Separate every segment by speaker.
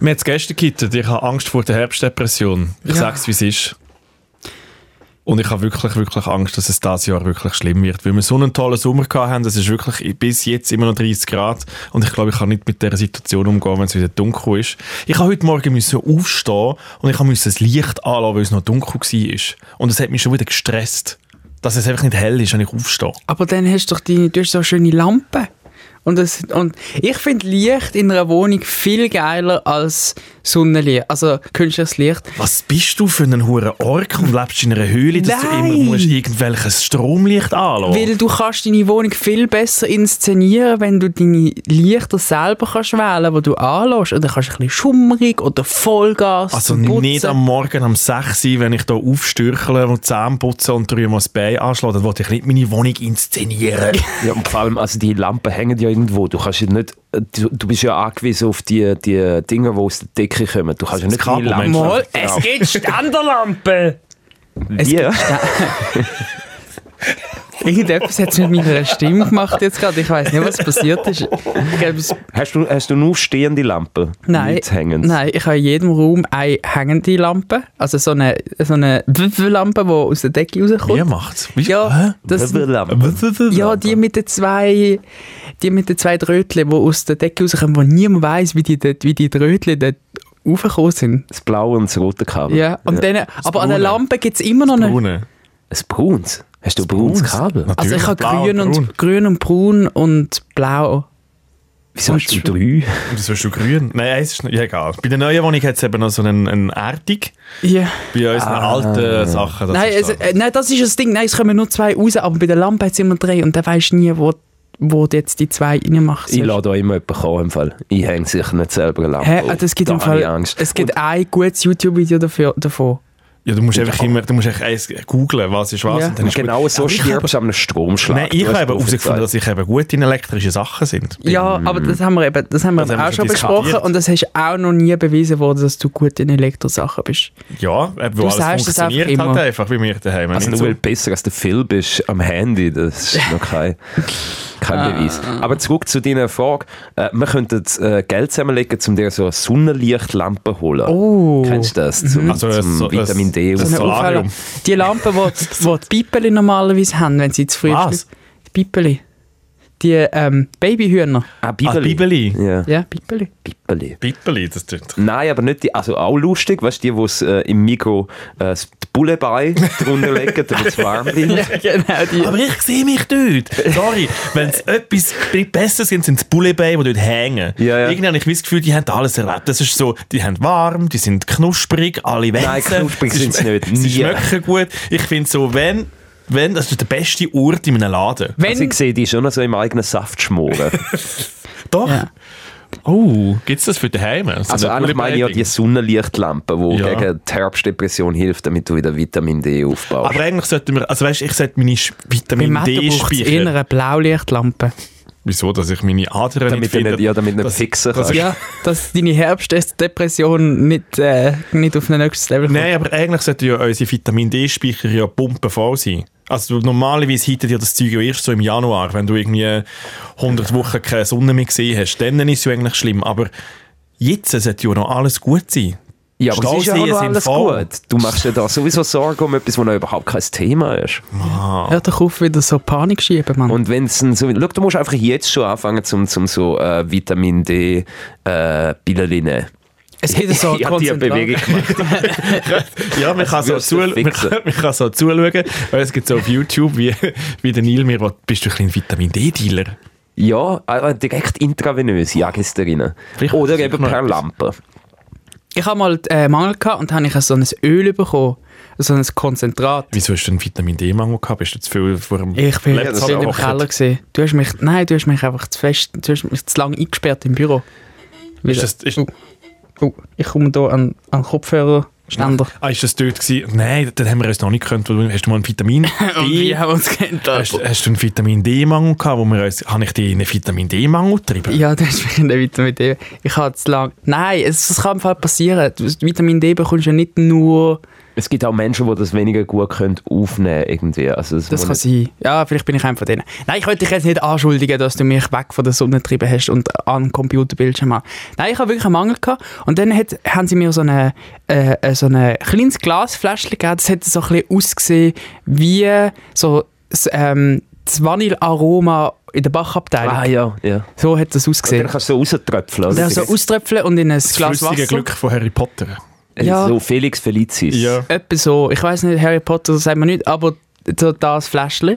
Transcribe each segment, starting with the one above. Speaker 1: Mir hat es gestern gehittet, ich habe Angst vor der Herbstdepression. Ich
Speaker 2: Ja.
Speaker 1: sag's, wie es ist. Und ich habe wirklich, wirklich Angst, dass es dieses Jahr wirklich schlimm wird. Weil wir so einen tollen Sommer gehabt haben, es ist wirklich bis jetzt immer noch 30 Grad. Und ich glaube, ich kann nicht mit dieser Situation umgehen, wenn es wieder dunkel ist. Ich habe heute Morgen müssen aufstehen und ich musste das Licht anlassen, weil es noch dunkel war. Und es hat mich schon wieder gestresst, dass es einfach nicht hell ist, wenn ich aufstehe.
Speaker 2: Aber dann hast du doch deine, du hast so schöne Lampen. Und, das, und ich finde Licht in einer Wohnung viel geiler als Sonnenlicht, also künstliches Licht.
Speaker 1: Was bist du für einen hohen Ork und lebst in einer Höhle, dass du
Speaker 2: Nein.
Speaker 1: immer musst irgendwelches Stromlicht anlassen
Speaker 2: Weil du kannst deine Wohnung viel besser inszenieren, wenn du deine Lichter selber kannst wählen, die du anlässt. Oder kannst ein bisschen schummrig oder Vollgas
Speaker 1: Also
Speaker 2: putzen.
Speaker 1: nicht am Morgen um 6 Uhr, wenn ich hier aufstürchle und Zähne putze und drüben mal das Bein anschlage, dann will ich nicht meine Wohnung inszenieren.
Speaker 3: Ja, und vor allem, also die Lampen hängen ja irgendwo. Du, kannst ja nicht, du, du bist ja angewiesen auf die, die Dinge, die aus der Decke kommen. Du kannst ja
Speaker 1: Das
Speaker 3: nicht deine
Speaker 1: Kabel,
Speaker 3: Lampe-
Speaker 1: meinst
Speaker 2: Mal, es gibt Standerlampen!
Speaker 3: Ja.
Speaker 2: Irgendetwas hat es mit meiner Stimme gemacht jetzt gerade. Ich weiß nicht, was passiert ist. Ich glaube, es
Speaker 3: Hast du, hast du nur stehende Lampe?
Speaker 2: Nein,
Speaker 3: Nicht hängend?
Speaker 2: nein, ich habe in jedem Raum eine hängende Lampe, also so eine, so eine Lampe, die aus der Decke rauskommt.
Speaker 1: Wie macht's? Wie?
Speaker 2: ja, das,
Speaker 3: Lampe.
Speaker 2: ja, die mit den zwei, die mit den zwei Drötchen, die aus der Decke rauskommen, wo niemand weiß, wie die, dort- wie die Drötchen dort raufgekommen sind.
Speaker 3: Das blaue und das rote Kabel.
Speaker 2: Ja, und Dann, aber an der
Speaker 1: Braune.
Speaker 2: Lampe gibt es immer noch eine.
Speaker 1: Ohne.
Speaker 3: Ein braunes. Hast du ein braunes Kabel?
Speaker 2: Also ich
Speaker 1: Natürlich,
Speaker 2: habe
Speaker 1: blau
Speaker 2: grün und,
Speaker 1: braun.
Speaker 2: grün und braun und blau.
Speaker 3: Wieso hast du
Speaker 2: Und-
Speaker 3: drei?
Speaker 1: Wieso hast du grün? Nein, es ist nicht- ja, egal. Bei der neuen Wohnung hat es eben noch so einen, einen Erdig.
Speaker 2: Ja.
Speaker 1: Bei unseren alten Sachen. Das
Speaker 2: Nein,
Speaker 1: ist
Speaker 2: es,
Speaker 1: so.
Speaker 2: äh, nein, das ist das Ding. Nein, es kommen nur zwei raus, aber bei der Lampe hat es immer drei und dann weisst du nie, wo, wo du jetzt die zwei reinmachst.
Speaker 3: Ich lasse da immer jemanden kommen. Im Fall. Ich hänge sicher nicht selber eine Lampe.
Speaker 2: Hä?
Speaker 3: auf.
Speaker 2: Ah, das gibt
Speaker 3: da
Speaker 2: im
Speaker 3: habe
Speaker 2: Fall,
Speaker 3: ich Angst.
Speaker 2: Es gibt ein gutes YouTube-Video dafür- davon.
Speaker 1: ja, du musst einfach immer du musst einfach eins googlen, was ist was.
Speaker 2: Ja.
Speaker 1: Und dann
Speaker 3: Und
Speaker 1: ist gut.
Speaker 3: genau so
Speaker 1: Aber ich habe-
Speaker 3: stirbst du an einem Stromschlag.
Speaker 1: Nein, ich
Speaker 3: Du hast
Speaker 1: habe eben herausgefunden,
Speaker 3: prophezeit.
Speaker 1: dass ich eben gut in elektrische Sachen sind.
Speaker 2: Ja, aber das haben wir eben das haben wir
Speaker 1: Mhm. Das haben
Speaker 2: eben
Speaker 1: wir
Speaker 2: auch schon
Speaker 1: schon
Speaker 2: besprochen
Speaker 1: diskutiert.
Speaker 2: und das ist auch noch nie bewiesen worden, dass du gut in Elektrosachen bist.
Speaker 1: Ja, eben, wo
Speaker 2: Du
Speaker 1: alles
Speaker 2: sagst es
Speaker 1: funktioniert
Speaker 2: einfach
Speaker 1: halt
Speaker 2: immer.
Speaker 1: einfach bei mir daheim.
Speaker 3: Also
Speaker 1: Nicht
Speaker 3: nur
Speaker 1: so.
Speaker 3: weil du besser als der Phil bist am Handy, das ist noch kein, kein Beweis. Aber zurück zu deiner Frage. Äh, wir könnten äh, Geld zusammenlegen, um dir so eine Sonnenlichtlampe zu holen.
Speaker 2: Oh.
Speaker 3: Kennst du das? Zum,
Speaker 1: Also ein
Speaker 3: zum
Speaker 1: so- ein-
Speaker 3: Vitamin D.
Speaker 1: so
Speaker 3: und
Speaker 1: eine
Speaker 3: so.
Speaker 1: Solarium.
Speaker 2: Aufhellen- Die Lampen, wo die, wo die Pipeli normalerweise haben, wenn sie zu früh
Speaker 1: Was?
Speaker 2: schlafen. Die Pipeli. Die ähm, Babyhühner.
Speaker 3: Ah,
Speaker 1: Ah,
Speaker 3: Bibeli.
Speaker 1: Bibeli.
Speaker 3: Ja,
Speaker 2: Ja, Pipeli.
Speaker 3: Bibeli.
Speaker 1: Pippeli, das tut.
Speaker 3: Nein, aber nicht die, also auch lustig, weißt du, die, die es, äh, im Mikro äh, das Bullebein drunter legen, damit es warm wird.
Speaker 2: genau, die.
Speaker 1: Aber ich sehe mich dort. Sorry, wenn es etwas besser sind, sind es Bullebei, die dort hängen.
Speaker 3: Ja, ja.
Speaker 1: Irgendwie habe ich das Gefühl, die haben alles erlebt. Das ist so, die haben warm, die sind knusprig, alle wetzen.
Speaker 3: knusprig sind sie nicht.
Speaker 1: Sie
Speaker 3: Nie.
Speaker 1: schmecken gut. Ich finde so, wenn, wenn, das ist der beste Ort in einem Laden.
Speaker 2: Wenn,
Speaker 3: Also ich sehe die schon noch so im eigenen Saft schmoren.
Speaker 1: Doch.
Speaker 2: Ja.
Speaker 1: Oh, gibt es das für daheim?
Speaker 3: Also eigentlich meine ich ja die Sonnenlichtlampe, die
Speaker 1: Ja.
Speaker 3: gegen die Herbstdepression hilft, damit du wieder Vitamin D aufbaust.
Speaker 1: Aber eigentlich sollten wir, also weißt du, ich sollte meine Sch-
Speaker 2: Bei
Speaker 1: Vitamin
Speaker 2: Mathe
Speaker 1: D
Speaker 2: braucht es eher
Speaker 1: speichern.
Speaker 2: eine Blaulichtlampe.
Speaker 1: Wieso, dass ich meine Adern nicht
Speaker 3: damit du
Speaker 1: finde?
Speaker 3: nicht, ja, damit du nicht
Speaker 1: Das-
Speaker 3: fixen
Speaker 1: das
Speaker 3: kannst.
Speaker 2: Ja, dass deine Herbstdepression nicht, äh, nicht auf ein nächstes Level kommt.
Speaker 1: Nein, aber eigentlich sollten ja unsere Vitamin D-Speicher ja pumpenvoll sein. Also normalerweise hittet ja das Zeug ja erst so im Januar, wenn du irgendwie 100 Wochen keine Sonne mehr gesehen hast. Dann ist es ja eigentlich schlimm, aber jetzt sollte ja noch alles gut sein.
Speaker 3: Ja, aber es ist ja auch
Speaker 1: Stauseen
Speaker 3: noch
Speaker 1: sind
Speaker 3: alles
Speaker 1: voll.
Speaker 3: gut. Du machst dir da sowieso Sorgen um etwas, was noch überhaupt kein Thema ist.
Speaker 1: Mhm. Ah.
Speaker 2: Hör doch auf, wieder so Panik schieben, Mann.
Speaker 3: Und wenn es so, schau, du musst einfach jetzt schon anfangen, zum, zum so äh, Vitamin D äh, Pillen nehmen.
Speaker 2: es gibt so
Speaker 3: ich hab die Bewegung gemacht.
Speaker 1: Ja, man kann, so
Speaker 3: wirst du
Speaker 1: zu, man,
Speaker 3: fixen.
Speaker 1: kann, man kann so zuschauen, weil es gibt so auf YouTube, wie, wie der Neil mir will, bist du ein kleiner Vitamin D-Dealer?
Speaker 3: Ja, aber direkt intravenös, Jagesterine.
Speaker 1: Vielleicht
Speaker 3: Oder
Speaker 1: ist das
Speaker 3: eben
Speaker 1: noch
Speaker 3: per
Speaker 1: etwas.
Speaker 3: Lampe.
Speaker 2: Ich habe mal äh, Mangel gehabt und habe ich so ein Öl bekommen, so ein Konzentrat.
Speaker 1: Wieso hast du einen Vitamin D-Mangel gehabt? Bist du zu viel vor dem
Speaker 2: Ich bin
Speaker 1: Laptop
Speaker 2: zu viel im
Speaker 1: gehockt?
Speaker 2: Keller gesehen. Du hast mich, nein, du hast mich einfach zu fest, du hast mich zu lange eingesperrt im Büro.
Speaker 1: Ist das, ist,
Speaker 2: Oh. Oh, ich komme hier an, an Kopfhörerständer.
Speaker 1: ah, ist das dort gewesen? Nein, dann haben wir uns noch nicht gehört. weil du- Hast du mal ein Vitamin
Speaker 2: Oh,
Speaker 1: D?
Speaker 2: haben wir uns kennt.
Speaker 1: Hast, hast du einen Vitamin D-Mangel gehabt, wo wir uns, habe ich dich in einen Vitamin D-Mangel getrieben?
Speaker 2: Ja, du hast mich nicht Vitamin D. Ich habe zu lang. Nein, es, es kann im Fall passieren. Du- Vitamin D bekommst du ja nicht nur
Speaker 3: Es gibt auch Menschen, die das weniger gut können aufnehmen irgendwie. Also das
Speaker 2: Das
Speaker 3: muss
Speaker 2: kann
Speaker 3: nicht-
Speaker 2: sein. Ja, vielleicht bin ich einer von denen. Nein, ich wollte dich jetzt nicht anschuldigen, dass du mich weg von der Sonne getrieben hast und an den Computerbildschirm an. Nein, ich habe wirklich einen Mangel gehabt. Und dann hat, haben sie mir so ein äh, äh, so eine kleines Glasfläschchen gegeben. Das hat so ein bisschen ausgesehen wie so das, ähm, das Vanillaroma in der Bachabteilung.
Speaker 3: Ah ja, ja.
Speaker 2: So hat das
Speaker 3: Und dann
Speaker 2: ausgesehen.
Speaker 3: kannst du so rauströpfeln.
Speaker 2: Und
Speaker 3: oder?
Speaker 2: dann so auströpfeln und in ein
Speaker 1: Das
Speaker 2: Glas
Speaker 1: flüssige
Speaker 2: Wasser.
Speaker 1: Glück von Harry Potter.
Speaker 2: Ja.
Speaker 3: So Felix Felicis.
Speaker 1: Ja.
Speaker 2: Etwa so. Ich weiß nicht, Harry Potter, das sagt man nicht, aber so das Fläschchen.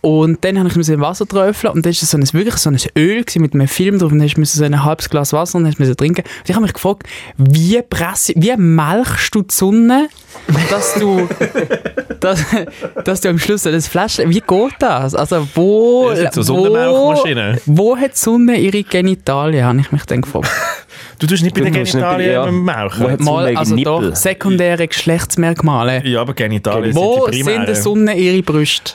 Speaker 2: Und dann habe ich es in Wasser träufelt und dann ist es so ein, wirklich so ein Öl gewesen mit einem Film drauf und dann hast du müssen so ein halbes Glas Wasser und dann hast du müssen trinken. Und ich habe mich gefragt, wie presse, wie melchst du die Sonne, dass du, dass, dass du am Schluss so das Fläschchen, wie geht das? Also wo,
Speaker 1: Das ist so
Speaker 2: wo,
Speaker 1: Sonnenmilchmaschine.
Speaker 2: wo hat die Sonne ihre Genitalien, habe ich mich dann gefragt.
Speaker 1: Du tust nicht bei den
Speaker 3: Du musst nicht bei-
Speaker 1: Genitalien
Speaker 3: ja.
Speaker 1: ja.
Speaker 3: Wo
Speaker 1: melken.
Speaker 3: hat's-
Speaker 2: Mal,
Speaker 3: Sonne
Speaker 2: also
Speaker 3: gegen
Speaker 2: doch,
Speaker 3: Nippel.
Speaker 2: sekundäre Geschlechtsmerkmale.
Speaker 1: Ja, aber Genitalien
Speaker 2: Wo
Speaker 1: sind die
Speaker 2: sind in
Speaker 1: primären.
Speaker 2: der Sonne ihre Brüste?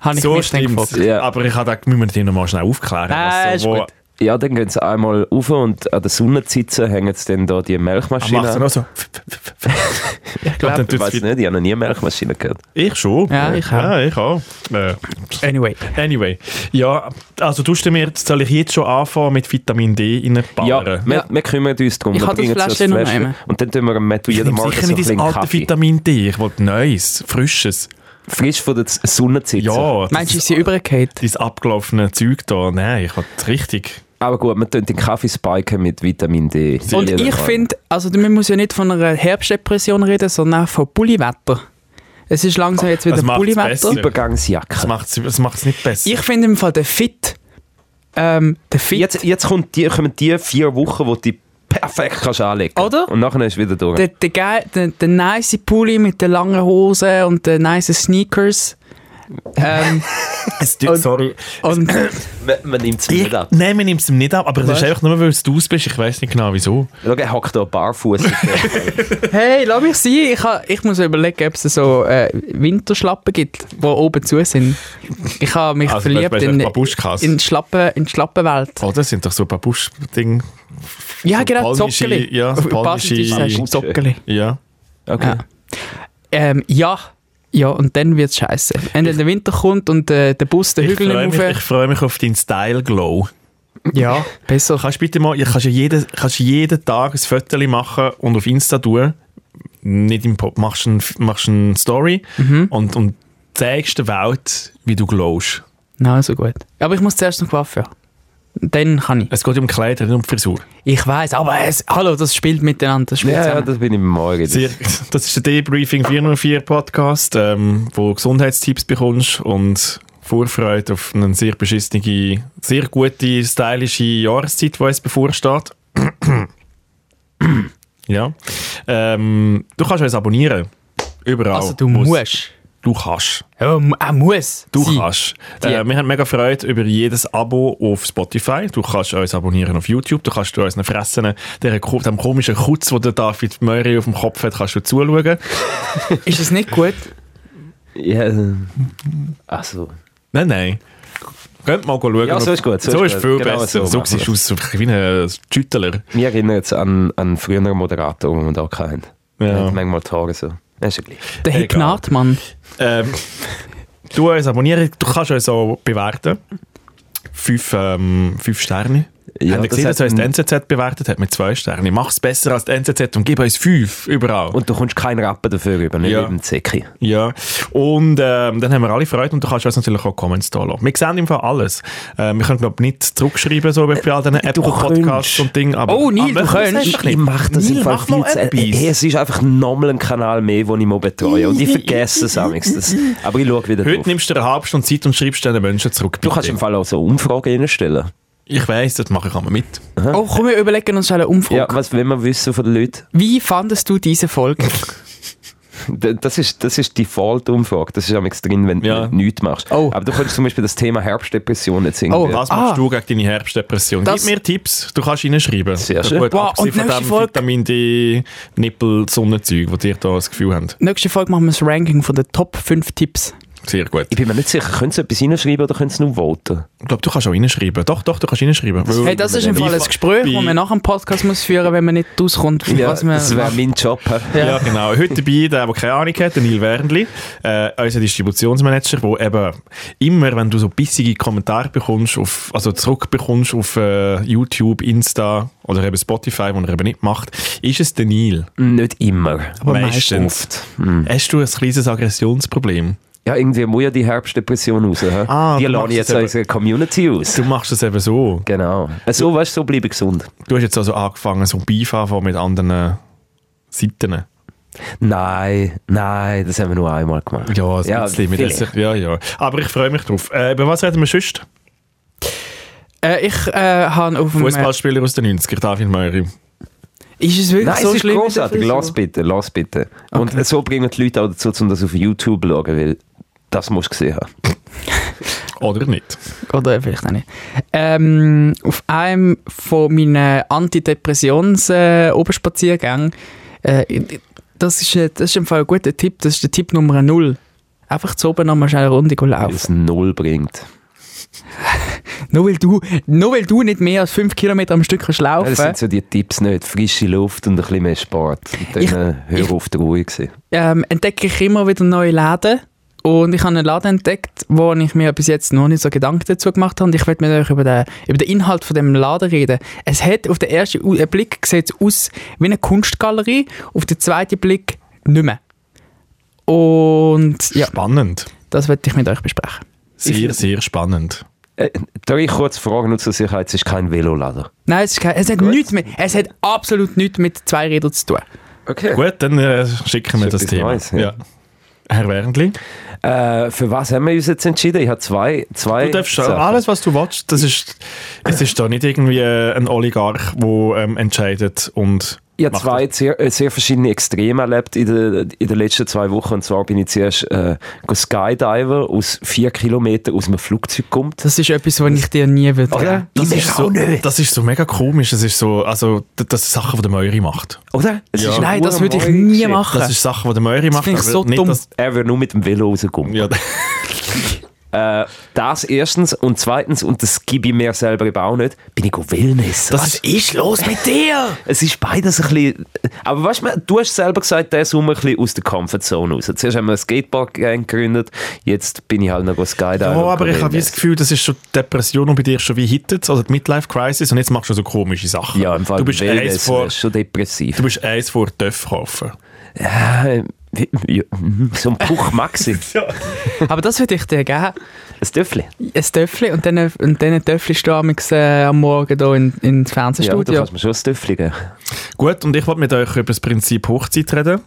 Speaker 2: Habe ich
Speaker 1: so
Speaker 2: mich dann
Speaker 1: stimmt's.
Speaker 2: gefragt.
Speaker 3: Ja.
Speaker 1: Aber ich habe gedacht, müssen wir den nochmal schnell aufklären.
Speaker 2: Nein, ist gut.
Speaker 1: Ah,
Speaker 3: ja, dann gehen sie einmal rauf und an der Sonne sitzen, hängen sie dann da die Milchmaschine
Speaker 1: Macht er
Speaker 3: an.
Speaker 1: noch so.
Speaker 2: Ich
Speaker 1: glaub,
Speaker 2: glaube,
Speaker 1: dann-
Speaker 3: Ich weiß nicht, ich habe noch nie Milchmaschine gehört.
Speaker 1: Ich schon.
Speaker 2: Ja, ich auch.
Speaker 1: Ja, ich auch. Äh,
Speaker 2: anyway.
Speaker 1: anyway. Ja, also tust du mir, soll ich jetzt schon anfangen mit Vitamin D in den
Speaker 3: Ja,
Speaker 1: Ballern?
Speaker 3: wir,
Speaker 2: Ja.
Speaker 3: wir kümmern uns darum.
Speaker 2: Ich
Speaker 3: Wir
Speaker 2: habe das
Speaker 3: bringen jetzt
Speaker 2: Fläschchen
Speaker 3: das
Speaker 2: noch
Speaker 3: Fläschchen.
Speaker 2: nehmen.
Speaker 3: Und dann tun wir am Matthew
Speaker 1: Ich
Speaker 3: jeden
Speaker 1: nehme
Speaker 3: Morgen
Speaker 1: sicher
Speaker 3: so ein
Speaker 1: nicht das
Speaker 3: bisschen
Speaker 1: alte
Speaker 3: Kaffee.
Speaker 1: Vitamin D. Ich wollte Neues, Frisches.
Speaker 3: Frisch von der Z- Sonne sitzen.
Speaker 1: Ja,
Speaker 2: Meinst du,
Speaker 1: das,
Speaker 2: ist sie übergeht?
Speaker 1: dein abgelaufene Zeug da. Nein, ich wollte richtig.
Speaker 3: Aber gut, wir tun den Kaffee spiken mit Vitamin D.
Speaker 2: Und
Speaker 3: Jeden
Speaker 2: ich
Speaker 3: Morgen.
Speaker 2: finde, also man muss ja nicht von einer Herbstdepression reden, sondern auch von Bulliwetter. Es ist langsam jetzt wieder
Speaker 1: Das macht's
Speaker 2: Bulliwetter.
Speaker 1: besser. Das
Speaker 3: Übergangsjacke.
Speaker 1: macht es nicht besser.
Speaker 2: Ich finde im Fall der Fit, ähm, der Fit,
Speaker 3: Jetzt, jetzt kommt die, kommen die vier Wochen, wo du dich perfekt kannst anlegen
Speaker 2: Oder?
Speaker 3: Und nachher ist wieder durch.
Speaker 2: der, der, geil- der, der nice Pulli mit den langen Hosen und den nice Sneakers. Ähm,
Speaker 1: Es tut-
Speaker 2: Und-
Speaker 1: sorry.
Speaker 2: und
Speaker 3: Man, man nimmt es
Speaker 1: Ich,
Speaker 3: nicht ab.
Speaker 1: nein, wir nehmen es ihm nicht ab, aber das
Speaker 2: Was?
Speaker 1: ist einfach nur, weil es du aus bist. Ich weiß nicht genau, wieso.
Speaker 3: Schau, er hockt hier barfuß.
Speaker 2: Hey, lass mich sein. Ich, ha, ich muss überlegen, ob es so äh, Winterschlappen gibt, die oben zu sind. Ich habe mich
Speaker 1: Also,
Speaker 2: verliebt
Speaker 1: weißt du,
Speaker 2: in,
Speaker 1: Babuschkas.
Speaker 2: in, die Schlappen, in die Schlappenwelt.
Speaker 1: Oh, das sind doch so Babusch-Ding.
Speaker 2: ja,
Speaker 1: so
Speaker 2: genau,
Speaker 1: polnische-
Speaker 2: Zockeli.
Speaker 1: ja, so
Speaker 2: Auf
Speaker 1: polnische-
Speaker 2: Basel sagst du
Speaker 3: Babuschke.
Speaker 2: Zockeli.
Speaker 1: Ja.
Speaker 3: Okay.
Speaker 2: Ja. Ähm, ja. Ja, und dann wird es scheiße. Wenn dann der Winter kommt und äh, der Bus den
Speaker 1: Ich
Speaker 2: Hügel
Speaker 1: freue
Speaker 2: nicht
Speaker 1: mich, ich
Speaker 2: rauf.
Speaker 1: freue mich auf deinen Style-Glow.
Speaker 2: Ja, besser.
Speaker 1: Kannst du bitte mal, ja, kannst ja jeden, kannst jeden Tag ein Foto machen und auf Insta tun. Nicht im Pop, machst eine machst ein Story und, und zeigst der Welt, wie du glowst.
Speaker 2: Nein, so gut. Aber ich muss zuerst noch Waffe. Dann kann ich.
Speaker 1: Es geht um Kleider, nicht um die Frisur.
Speaker 2: Ich weiß, aber es, hallo, das spielt miteinander. Das
Speaker 3: Ja,
Speaker 2: spielt
Speaker 3: ja,
Speaker 2: zusammen.
Speaker 3: das bin ich morgen. Das-
Speaker 1: Sehr, das ist der Debriefing 404 Podcast, ähm, wo du Gesundheitstipps bekommst und Vorfreude auf eine sehr beschissene, sehr gute, stylische Jahreszeit, die uns bevorsteht. ja. Ähm, du kannst uns abonnieren. Überall.
Speaker 2: also du
Speaker 1: wo's-
Speaker 2: musst.
Speaker 1: Du kannst.
Speaker 2: Ja, mu- er muss.
Speaker 1: Du
Speaker 2: sein.
Speaker 1: kannst.
Speaker 2: Sie.
Speaker 1: Äh, wir haben mega Freude über jedes Abo auf Spotify. Du kannst uns abonnieren auf YouTube. Du kannst unseren Fressen, dieser ko- dem komischen Kutz, den der David Möri auf dem Kopf hat, kannst du zuschauen.
Speaker 2: Ist es nicht gut?
Speaker 3: Ja, ähm, also,
Speaker 1: Nein, nein. Könnt mal schauen.
Speaker 3: Ja, so ist gut,
Speaker 1: So,
Speaker 3: so
Speaker 1: ist
Speaker 3: ist gut.
Speaker 1: viel
Speaker 3: Genau so
Speaker 1: besser. So,
Speaker 3: machen wir
Speaker 1: siehst du aus so wie ein Schüttler.
Speaker 3: mich erinnert es an, an einen früheren Moderator, den wir da hatten.
Speaker 1: Ja.
Speaker 3: Ja. Manchmal Tage so. Das ist ja gleich.
Speaker 2: Der Herr
Speaker 1: Egal.
Speaker 2: Gnadmann.
Speaker 1: Ähm, du uns abonnieren, du kannst uns auch bewerten. Fünf, ähm, fünf Sterne.
Speaker 3: Ja,
Speaker 1: Haben ihr
Speaker 3: das
Speaker 1: gesehen, dass
Speaker 3: hat-
Speaker 1: uns die NZZ bewertet hat mit zwei Sternen? Mach's besser als die NZZ und gib uns fünf überall.
Speaker 3: Und du kommst keinen Rappen dafür über, nicht
Speaker 1: Ja.
Speaker 3: eben Zeki.
Speaker 1: Ja, und ähm, dann haben wir alle Freude und du kannst uns natürlich auch Comments da lassen. Wir sehen im Fall alles. Äh, wir können, glaube ich, nicht zurückschreiben, so wie bei all diesen Apple-Podcasts
Speaker 3: Äh, könntest.
Speaker 1: und Ding. Aber,
Speaker 2: Oh, Neil,
Speaker 1: aber
Speaker 2: du
Speaker 1: wir können es
Speaker 2: könntest.
Speaker 1: einfach
Speaker 3: Ich
Speaker 1: nicht.
Speaker 3: mache das
Speaker 1: Neil,
Speaker 3: im Fall
Speaker 1: mach mal
Speaker 3: viel zu...
Speaker 1: etwas.
Speaker 3: Hey, es ist einfach nochmal ein Kanal mehr, den ich mal betreue. Und ich vergesse es amigs. Das, aber ich schaue wieder
Speaker 1: Heute
Speaker 3: drauf.
Speaker 1: nimmst du dir eine halbe Stunde Zeit und schreibst den Menschen zurück.
Speaker 3: Du
Speaker 1: bitte.
Speaker 3: kannst im Fall auch so Umfragen reinstellen.
Speaker 1: Ich weiss, das mache ich auch mal mit.
Speaker 2: Oh, komm, wir überlegen uns schnell eine Umfrage.
Speaker 3: Ja, was will man wissen von den Leuten?
Speaker 2: Wie fandest du diese Folge?
Speaker 3: D- Das ist, das ist die Default-Umfrage. Das ist amigs drin, wenn
Speaker 1: Ja.
Speaker 3: du nichts machst.
Speaker 2: Oh.
Speaker 3: Aber du könntest zum Beispiel das Thema Herbstdepression jetzt irgendwie...
Speaker 2: Oh,
Speaker 1: Was
Speaker 2: Ah.
Speaker 1: machst du gegen deine Herbstdepression?
Speaker 2: Das-
Speaker 1: Gib mir Tipps, du kannst reinschreiben.
Speaker 3: Sehr
Speaker 1: Gut,
Speaker 3: schön.
Speaker 1: Gut,
Speaker 2: Wow,
Speaker 1: abgesehen
Speaker 2: und
Speaker 1: von
Speaker 2: nächste
Speaker 1: dem
Speaker 2: Folge-
Speaker 1: Vitamin D, Nippel, Sonnenzeug, wo ihr da das Gefühl habt.
Speaker 2: Nächste Folge machen wir das Ranking von den Top 5 Tipps.
Speaker 1: Sehr gut.
Speaker 3: Ich bin mir nicht sicher, können sie etwas reinschreiben oder können sie nur voten?
Speaker 1: Ich glaube, du kannst auch reinschreiben. Doch, doch, du kannst reinschreiben.
Speaker 2: Hey, das ist im Fall ein Gespräch, das man nach dem Podcast muss führen wenn man nicht rauskommt,
Speaker 3: Ja,
Speaker 2: was man...
Speaker 3: das wäre mein Job. hä?
Speaker 1: Ja. genau. Heute dabei der, der keine Ahnung hat, der Neil Wernli, äh, unser Distributionsmanager, der eben immer, wenn du so bissige Kommentare bekommst, auf, also zurückbekommst auf äh, YouTube, Insta oder eben Spotify, wo er eben nicht macht, ist es der Neil.
Speaker 3: Nicht immer. Hm.
Speaker 2: Aber
Speaker 1: Hast du ein kleines Aggressionsproblem?
Speaker 3: Ja, irgendwie muss ja die Herbstdepression raus. hä?
Speaker 1: Ah,
Speaker 3: die
Speaker 1: du
Speaker 3: lasse
Speaker 1: machst
Speaker 3: ich jetzt
Speaker 1: das
Speaker 3: unsere Community aus.
Speaker 1: Du machst das eben so.
Speaker 3: Genau. So, weißt du, so bleibe ich gesund.
Speaker 1: Du hast jetzt also angefangen, so ein Beifahren mit anderen Seiten.
Speaker 3: Nein, nein, das haben wir nur einmal gemacht.
Speaker 1: Ja, also ein
Speaker 3: Ja,
Speaker 1: bisschen. Mit
Speaker 3: vielleicht.
Speaker 1: dieser- ja, ja. Aber ich freue mich drauf. Äh, über was reden wir sonst?
Speaker 2: Äh, ich äh, habe
Speaker 1: Hm,
Speaker 2: auf dem...
Speaker 1: Fußballspieler aus den 90er, David Meury.
Speaker 2: Ist es wirklich
Speaker 3: Nein,
Speaker 2: so
Speaker 3: es ist
Speaker 2: schlimm? mit der
Speaker 3: großartig.
Speaker 2: Frisur?
Speaker 3: Lass bitte, lass bitte. Und so bringen die Leute auch dazu, um das auf YouTube zu schauen, weil das musst du gesehen haben.
Speaker 1: Oder nicht?
Speaker 2: Oder vielleicht auch nicht. Ähm, auf einem von meinen Antidepressions-Oberspaziergängen, äh, ich- das, ist, äh, das ist im Fall ein guter Tipp, das ist der Tipp Nummer 0. Einfach zu oben nochmal schnell eine Runde gehen
Speaker 3: Weil
Speaker 2: laufen.
Speaker 3: es null bringt.
Speaker 2: Nur, weil du, nur weil du nicht mehr als 5 Kilometer am Stück kannst
Speaker 3: Ja,
Speaker 2: laufen
Speaker 3: das sind so die Tipps nicht. Frische Luft und ein bisschen mehr Sport. Und dann
Speaker 2: Ich-
Speaker 3: äh, hör
Speaker 2: ich-
Speaker 3: auf die Ruhe. Gewesen.
Speaker 2: ähm, entdecke ich immer wieder neue Läden. Und ich habe einen Laden entdeckt, wo ich mir bis jetzt noch nicht so Gedanken dazu gemacht habe. Und ich werde mit euch über den, über den Inhalt von dem Laden reden. Es hat auf den ersten U- äh, Blick sieht es aus wie eine Kunstgalerie, auf den zweiten Blick nicht mehr. Und ja,
Speaker 1: Spannend.
Speaker 2: das werde ich mit euch besprechen.
Speaker 1: Sehr, sehr spannend.
Speaker 3: Äh, darf ich kurz fragen, nur zur Sicherheit, es ist kein Velolader.
Speaker 2: Nein, es, ist kein, es hat nichts mehr, es hat absolut nichts mit zwei Rädern zu tun.
Speaker 3: Okay.
Speaker 1: Gut, dann äh, schicken wir
Speaker 3: Ist
Speaker 1: das
Speaker 3: etwas
Speaker 1: Thema.
Speaker 3: Neues, ja.
Speaker 1: Herr Wernli,
Speaker 3: Äh, für was haben wir uns jetzt entschieden? Ich habe zwei, zwei
Speaker 1: du darfst äh,
Speaker 3: Sachen.
Speaker 1: alles, was du willst. Das ist, es ist da nicht irgendwie äh, ein Oligarch, der ähm, entscheidet und
Speaker 3: Ich habe
Speaker 1: macht
Speaker 3: zwei sehr, äh, sehr verschiedene Extreme erlebt in den, in den letzten zwei Wochen. Und zwar bin ich zuerst äh, go Skydiver aus vier Kilometern aus einem Flugzeug kommt.
Speaker 2: Das ist etwas, was ich dir nie würde geben.
Speaker 1: das.
Speaker 3: Ich
Speaker 1: Das, ist
Speaker 3: auch
Speaker 1: so,
Speaker 3: nicht.
Speaker 1: das ist so mega komisch. Das ist so, also, d- das ist Sachen, die der Meury macht.
Speaker 3: Oder? Es
Speaker 1: Ja.
Speaker 3: ist
Speaker 2: Nein, das
Speaker 3: eine
Speaker 2: würde ich
Speaker 3: neue
Speaker 2: nie
Speaker 3: Geschichte.
Speaker 2: machen.
Speaker 1: Das ist Sachen, die der Meury macht.
Speaker 2: finde ich
Speaker 1: aber
Speaker 2: so
Speaker 1: nicht,
Speaker 2: dumm.
Speaker 1: dass-
Speaker 3: Er würde nur mit dem Velo rauskommen.
Speaker 1: ja, d-
Speaker 3: Äh, das erstens. Und zweitens, und das gebe ich mir selber eben auch nicht, bin ich go Wellness.
Speaker 1: Das
Speaker 3: Was
Speaker 1: ist-
Speaker 3: ist los mit dir? Es ist beides ein bisschen... Aber weißt du, du hast selber gesagt, der Sommer ein bisschen aus der Comfortzone raus. Zuerst haben wir eine Skateboard-Gang gegründet, jetzt bin ich halt noch go Skydiver.
Speaker 1: Ja,
Speaker 3: und
Speaker 1: aber
Speaker 3: go
Speaker 1: ich habe wie
Speaker 3: Wellness.
Speaker 1: das Gefühl, das ist schon die Depression und bei dir schon wie hittet, also die Midlife-Crisis und jetzt machst du so komische Sachen.
Speaker 3: Ja, im Fall
Speaker 1: du bist
Speaker 3: Wellness
Speaker 1: eins vor,
Speaker 3: wärst schon depressiv.
Speaker 1: du bist eins vor Töff kaufen.
Speaker 3: Äh, wie- ja, mhm, so ein Puch Maxi,
Speaker 2: Aber das würde ich dir geben.
Speaker 3: ein Töffli.
Speaker 2: ein Töffli und dann, und dann ein Töffli stehen amigs, äh, am Morgen hier in, ins
Speaker 3: Ja, du
Speaker 2: Fernsehstudio.
Speaker 3: kannst mir schon ein Töffli geben.
Speaker 1: Gut, und ich wollte mit euch über das Prinzip Hochzeit reden.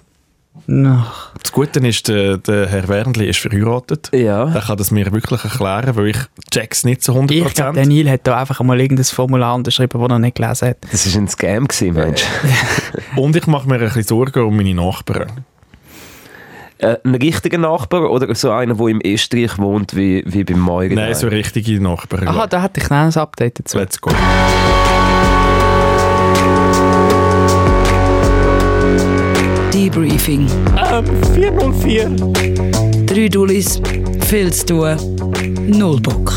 Speaker 2: Ach,
Speaker 1: Das Gute ist, der, der Herr Werndli ist verheiratet.
Speaker 3: Ja.
Speaker 1: Er kann das mir wirklich erklären, weil ich check's nicht zu 100%.
Speaker 2: ich glaube, der Neil hat da einfach mal irgendein Formular unterschrieben, das er nicht gelesen hat.
Speaker 3: Das war ein Scam, gewesen, Mensch.
Speaker 1: und ich mache mir ein bisschen Sorgen um meine Nachbarn.
Speaker 3: Äh, ein richtiger Nachbar oder so einer, der im Österreich wohnt, wie, wie beim Meugen?
Speaker 1: Nein, so richtige Nachbarn.
Speaker 2: Genau. Aha, da hatte ich noch ein Update dazu.
Speaker 1: Let's go.
Speaker 4: Debriefing. Ähm, 404. Drei Dullis, viel zu tun, null Bock.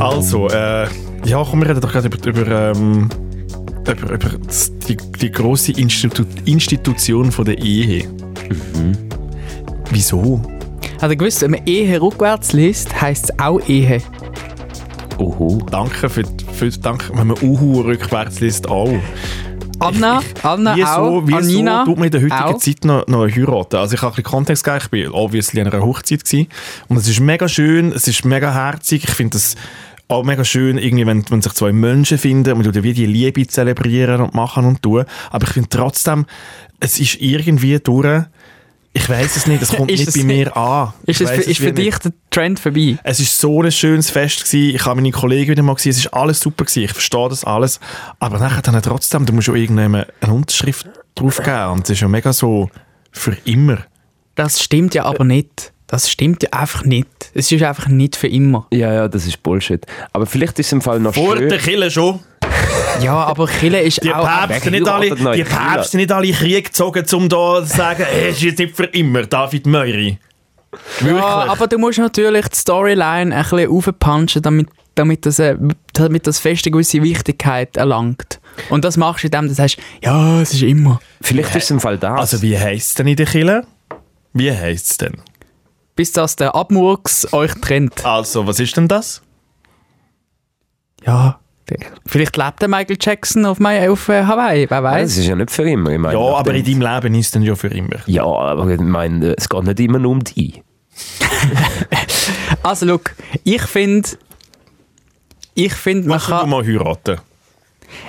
Speaker 1: Also, äh, ja, komm, wir reden doch gerade über, über, ähm, über, über das- die, die grosse Institu Institution von der Ehe.
Speaker 2: Mhm.
Speaker 1: Wieso?
Speaker 2: Hat er gewusst, wenn man Ehe rückwärts liest, heisst es auch Ehe.
Speaker 3: Oho.
Speaker 1: Danke für, die- für danke, wenn man Uhu rückwärts liest, auch.
Speaker 2: Anna, Anna auch,
Speaker 1: Wieso, wieso
Speaker 2: Anina
Speaker 1: tut man in der heutigen
Speaker 2: auch.
Speaker 1: Zeit noch, noch heiraten? Also ich habe ein bisschen Kontext gegeben, ich bin obviously an einer Hochzeit gewesen. und es ist mega schön, es ist mega herzig, ich finde es auch mega schön, irgendwie, wenn, wenn sich zwei Menschen finden und man tut ja wie die Liebe zelebrieren und machen und tun, aber ich finde trotzdem, es ist irgendwie durch, ich weiß es nicht, es kommt
Speaker 2: Ist
Speaker 1: nicht
Speaker 2: es
Speaker 1: bei
Speaker 2: nicht-
Speaker 1: mir an.
Speaker 2: Ist,
Speaker 1: Ich
Speaker 2: das
Speaker 1: weiss
Speaker 2: für, ist
Speaker 1: wie
Speaker 2: für
Speaker 1: nicht.
Speaker 2: dich der Trend vorbei?
Speaker 1: Es war so ein schönes Fest. Gewesen. Ich habe meine Kollegen wieder mal gesehen. Es war alles super. Gewesen. Ich verstehe das alles. Aber nachher dann trotzdem, du musst ja irgendjemand eine Unterschrift draufgeben. Und es ist ja mega so für immer.
Speaker 2: Das stimmt ja aber nicht. Das stimmt ja einfach nicht. Es ist einfach nicht für immer.
Speaker 3: Ja, ja, das ist Bullshit. Aber vielleicht ist es im Fall noch
Speaker 1: Vor
Speaker 3: schön.
Speaker 1: der Kille schon.
Speaker 2: Ja, aber Kille ist
Speaker 1: Die
Speaker 2: auch...
Speaker 1: Päpste sind nicht alle,
Speaker 3: heiratet neue
Speaker 1: die
Speaker 3: Kinder.
Speaker 1: Päpste sind nicht alle in Krieg gezogen, um da zu sagen, es ist jetzt nicht für immer David Meury. Wirklich.
Speaker 2: Ja, aber du musst natürlich die Storyline ein bisschen aufpunchen, damit, damit, das, äh, damit das fest eine gewisse Wichtigkeit erlangt. Und das machst du, indem du sagst, ja, es ist immer.
Speaker 3: Vielleicht ist es im Fall das.
Speaker 1: also wie heisst es denn in der Kirche? Wie heisst es denn?
Speaker 2: Bis dass der Abmurks euch trennt.
Speaker 1: Also, was ist denn das?
Speaker 2: Ja, der- vielleicht lebt der Michael Jackson auf, Mai, auf äh, Hawaii, wer
Speaker 3: es
Speaker 2: weiß.
Speaker 3: ist ja nicht für immer. Ich meine,
Speaker 1: Ja, aber in
Speaker 3: nachdem-
Speaker 1: deinem Leben ist es dann ja für immer.
Speaker 3: Ja, aber ich meine, es geht nicht immer nur um die.
Speaker 2: Also, look, ich finde, ich finde, man
Speaker 1: Kannst du
Speaker 2: kann...
Speaker 1: mal heiraten?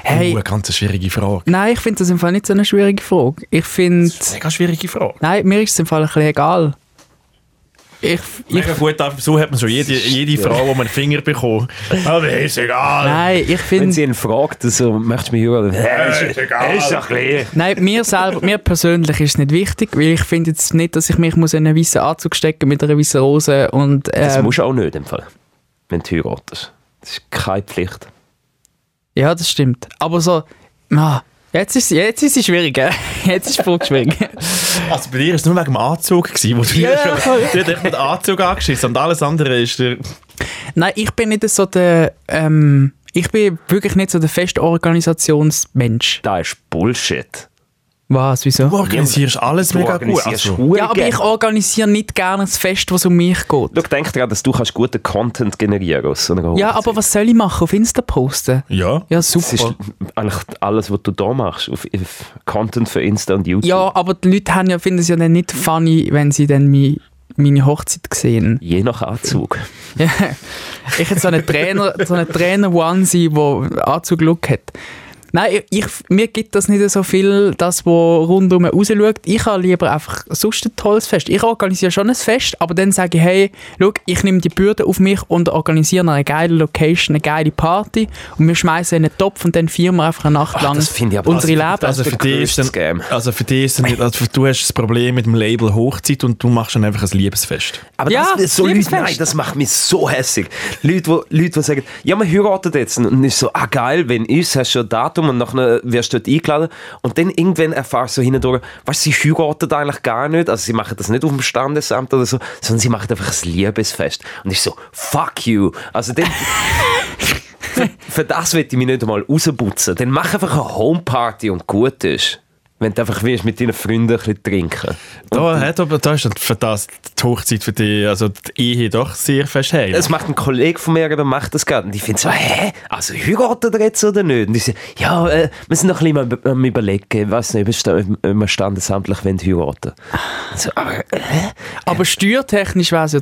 Speaker 2: Hey,
Speaker 1: Uh, eine ganz schwierige Frage.
Speaker 2: nein, ich finde das im Fall nicht so eine schwierige Frage. Ich finde...
Speaker 1: Eine ganz schwierige Frage.
Speaker 2: Nein, mir ist es im Fall ein bisschen egal. Ich, ich,
Speaker 1: Mega gut, aber so hat man schon jede, jede Frau, die man Finger bekommt. Ah, Aber ist egal.
Speaker 2: nein, ich
Speaker 3: Wenn
Speaker 2: finde...
Speaker 3: sie ihn fragt, also, möchtest du mich hören?
Speaker 1: Äh, ist egal. Ähm.
Speaker 3: gleich.
Speaker 2: Nein, mir selber, mir persönlich ist es nicht wichtig, weil ich finde jetzt nicht, dass ich mich muss in einen weißen Anzug stecken mit einer weißen Rose und
Speaker 3: Das
Speaker 2: ähm,
Speaker 3: musst du auch nicht im Fall, wenn du heiratest. Das ist keine Pflicht.
Speaker 2: ja, das stimmt. Aber so, ah, jetzt ist jetzt ist es schwierig, gell? jetzt ist es schwierig.
Speaker 1: Also bei dir war es nur wegen dem Anzug, gewesen, wo du
Speaker 2: Ja.
Speaker 1: yeah. schon du hast dich mit Anzug angeschissen und alles andere ist dir...
Speaker 2: Nein, ich bin nicht so der, ähm, ich bin wirklich nicht so der Festorganisationsmensch.
Speaker 3: Das ist Bullshit.
Speaker 2: Was,
Speaker 1: Du
Speaker 2: wieso?
Speaker 1: organisierst alles mega gut. Also,
Speaker 3: gut.
Speaker 2: Ja, aber ich organisiere nicht gerne ein Fest, was um mich geht.
Speaker 3: Schau, denk daran, dass du kannst guten Content generieren aus so einer
Speaker 2: Ja, aber
Speaker 3: Hochzeit.
Speaker 2: was soll ich machen? Auf Insta posten?
Speaker 1: ja.
Speaker 2: Ja,
Speaker 3: Oh, Das ist
Speaker 2: super.
Speaker 3: eigentlich alles, was du da machst, auf, auf Content für Insta und YouTube.
Speaker 2: Ja, aber die Leute haben ja, finden es ja dann nicht funny, wenn sie dann mi, meine Hochzeit sehen.
Speaker 3: Je nach Anzug.
Speaker 2: Ich hätte so einen Trainer, so einen Trainer Onesie, der Anzug Look hat. Nein, ich, ich, mir gibt das nicht so viel, das, wo rundum raus schaut. Ich habe lieber einfach sonst ein tolles Fest. Ich organisiere schon ein Fest, aber dann sage ich, hey, schau, ich nehme die Bürde auf mich und organisiere eine geile Location, eine geile Party und wir schmeißen in einen Topf und dann feiern wir einfach eine Nacht lang
Speaker 3: das finde ich aber-
Speaker 2: unsere Leben.
Speaker 1: Also für, dich ist dann,
Speaker 3: Scam.
Speaker 1: also für dich ist dann nicht, also du hast das Problem mit dem Label Hochzeit und du machst dann einfach ein Liebesfest.
Speaker 3: Aber
Speaker 2: Ja,
Speaker 3: das, so Leute,
Speaker 2: Lebensfest.
Speaker 3: nein, das macht mich so hässig. Leute, wo, Leute, die sagen, ja, man heiratet jetzt. Und ich so, ah geil, wenn uns, hast du schon ein Datum und nachher wirst du dort eingeladen. Und dann irgendwann erfahrst du hindurch, weißt du, sie heiraten eigentlich gar nicht. Also sie machen das nicht auf dem Standesamt oder so, sondern sie machen einfach ein Liebesfest. Und ich so, fuck you. Also dann... für, für das will ich mich nicht einmal rausputzen. Dann mach einfach eine Homeparty und gut ist. Wenn du einfach willst, mit deinen Freunden ein bisschen trinken.
Speaker 1: Da, hat aber, da ist dann für das die Hochzeit für dich, also die Ehe doch sehr fest heim.
Speaker 3: Es macht ein Kollege von mir, der macht das gerade. Und ich finde so, hä? Also heiratet er jetzt oder nicht? Und ich so, ja, äh, wir sind noch ein bisschen am- am überlegen. Ich weiß nicht, ob wir sta- ob wir standesamtlich wollen heiraten Und so, aber, äh,
Speaker 2: Aber steuertechnisch wäre es ja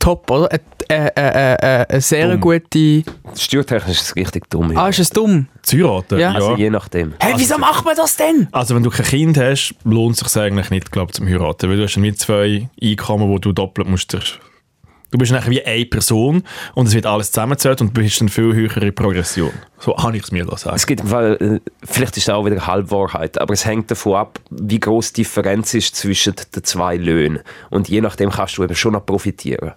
Speaker 2: top, oder? Ä- Äh, äh, äh, äh, eine sehr gute.
Speaker 3: Steuertechnisch ist es richtig dumm.
Speaker 2: Ah,
Speaker 3: ja.
Speaker 2: ist es dumm?
Speaker 1: Zu heiraten,
Speaker 2: Ja.
Speaker 1: ja.
Speaker 3: Also je nachdem.
Speaker 2: Hä, wieso macht man das denn?
Speaker 1: Also wenn du kein Kind hast, lohnt es sich eigentlich nicht, glaube zum heiraten, weil du hast dann wie zwei Einkommen, wo du doppelt musst. zers- Du bist nachher wie eine Person und es wird alles zusammengezählt und du bist dann viel höhere Progression. So habe ich es mir da sagen.
Speaker 3: Es gibt im Fall, äh, vielleicht ist das auch wieder eine Halbwahrheit, aber es hängt davon ab, wie groß die Differenz ist zwischen den zwei Löhnen. Und je nachdem kannst du eben schon noch profitieren.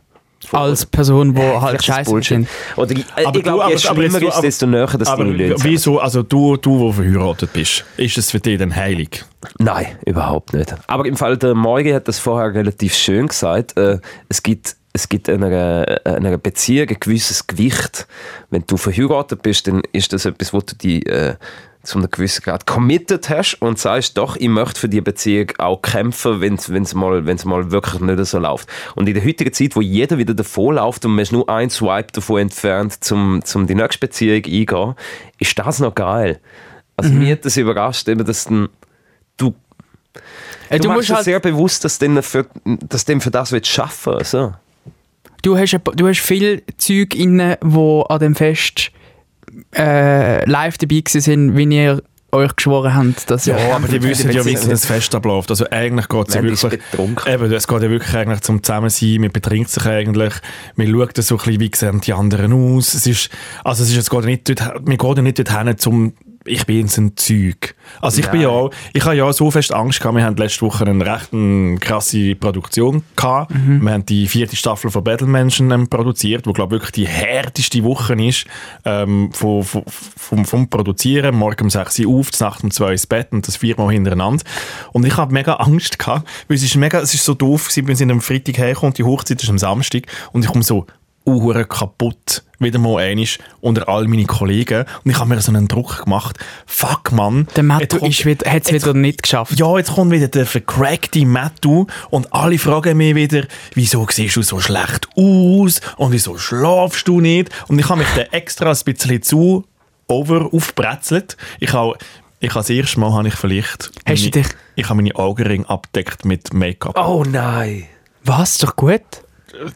Speaker 2: Als Person, die
Speaker 1: Oh,
Speaker 2: halt
Speaker 3: Äh, Vielleicht ist das
Speaker 2: scheiße
Speaker 3: Bullshit.
Speaker 2: sind.
Speaker 3: Oder, äh,
Speaker 1: du-
Speaker 3: ich glaube, je
Speaker 1: aber- aber jetzt
Speaker 3: schlimmer
Speaker 1: du-
Speaker 3: ist,
Speaker 1: aber-
Speaker 3: desto näher, dass
Speaker 1: Aber
Speaker 3: deine Löhne sind.
Speaker 1: wieso, also du, du, wo verheiratet bist, ist es für dich dann heilig?
Speaker 3: Nein, überhaupt nicht. Aber im Fall der Morgen hat das vorher relativ schön gesagt. Äh, es gibt es gibt einer, äh, einer Beziehung ein gewisses Gewicht. Wenn du verheiratet bist, dann ist das etwas, wo du dich äh, zu einem gewissen Grad committed hast und sagst, doch, ich möchte für die Beziehung auch kämpfen, wenn es mal, wenn's mal wirklich nicht so läuft. Und in der heutigen Zeit, wo jeder wieder davor läuft und man ist nur ein Swipe davon entfernt, zum, zum die nächste Beziehung eingehen, ist das noch geil. Also mir hat das überrascht, eben, dass dann du,
Speaker 2: Äh, du,
Speaker 3: du, machst
Speaker 2: musst
Speaker 3: dir
Speaker 2: halt,
Speaker 3: sehr bewusst, dass du für, dass dem für das willst schaffen also. willst. So.
Speaker 2: du, hast, ein pa- du hast viel Zeug inne, wo an dem Fest äh, live dabei gewesen sind, wie ihr euch geschworen habt. Dass ihr-
Speaker 1: aber die wissen ja, wie
Speaker 3: Beziehung.
Speaker 1: so ein Fest abläuft. Also eigentlich geht es ja
Speaker 3: Man ist
Speaker 1: wirklich...
Speaker 3: betrunken.
Speaker 1: Eben, es geht ja wirklich eigentlich zum Zusammensein, man betrinkt sich eigentlich, man schaut so ein bisschen, wie sehen die anderen aus. Es ist, also es, ist, es geht ja nicht dort, man geht ja nicht dort hin, um ich bin jetzt ein Zeug. Also ich bin ja auch, ich habe ja auch so fest Angst gehabt, wir haben letzte Woche eine recht ähm, krasse Produktion gehabt.
Speaker 3: Mhm.
Speaker 1: Wir haben die vierte Staffel von Battle Mansion ähm, produziert, wo glaube wirklich die härteste Woche ist, ähm, vom, vom, vom, vom Produzieren, morgen um 6 Uhr auf, zur Nacht um 2 Uhr ins Bett und das viermal hintereinander. Und ich habe mega Angst gehabt, weil es ist mega, es ist so doof gewesen, wir sind am Freitag hergekommen, die Hochzeit ist am Samstag und ich komme so uhure kaputt, wieder mal einig unter all meine Kollegen. Und ich habe mir so einen Druck gemacht. Fuck, Mann.
Speaker 2: Der Matto
Speaker 1: jetzt kommt-
Speaker 2: hat es
Speaker 1: jetzt-
Speaker 2: wieder nicht geschafft.
Speaker 1: Ja, jetzt kommt wieder der vercrackte Mattu und alle fragen mich wieder, wieso siehst du so schlecht aus und wieso schlafst du nicht? Und ich habe mich da extra ein bisschen zu over aufbrezelt. Ich habe ich habe das erste Mal habe ich vielleicht...
Speaker 2: Hast du
Speaker 1: meine,
Speaker 2: dich-
Speaker 1: Ich habe meine Augenringe abdeckt mit Make-up.
Speaker 3: Oh nein.
Speaker 2: Was? Doch gut.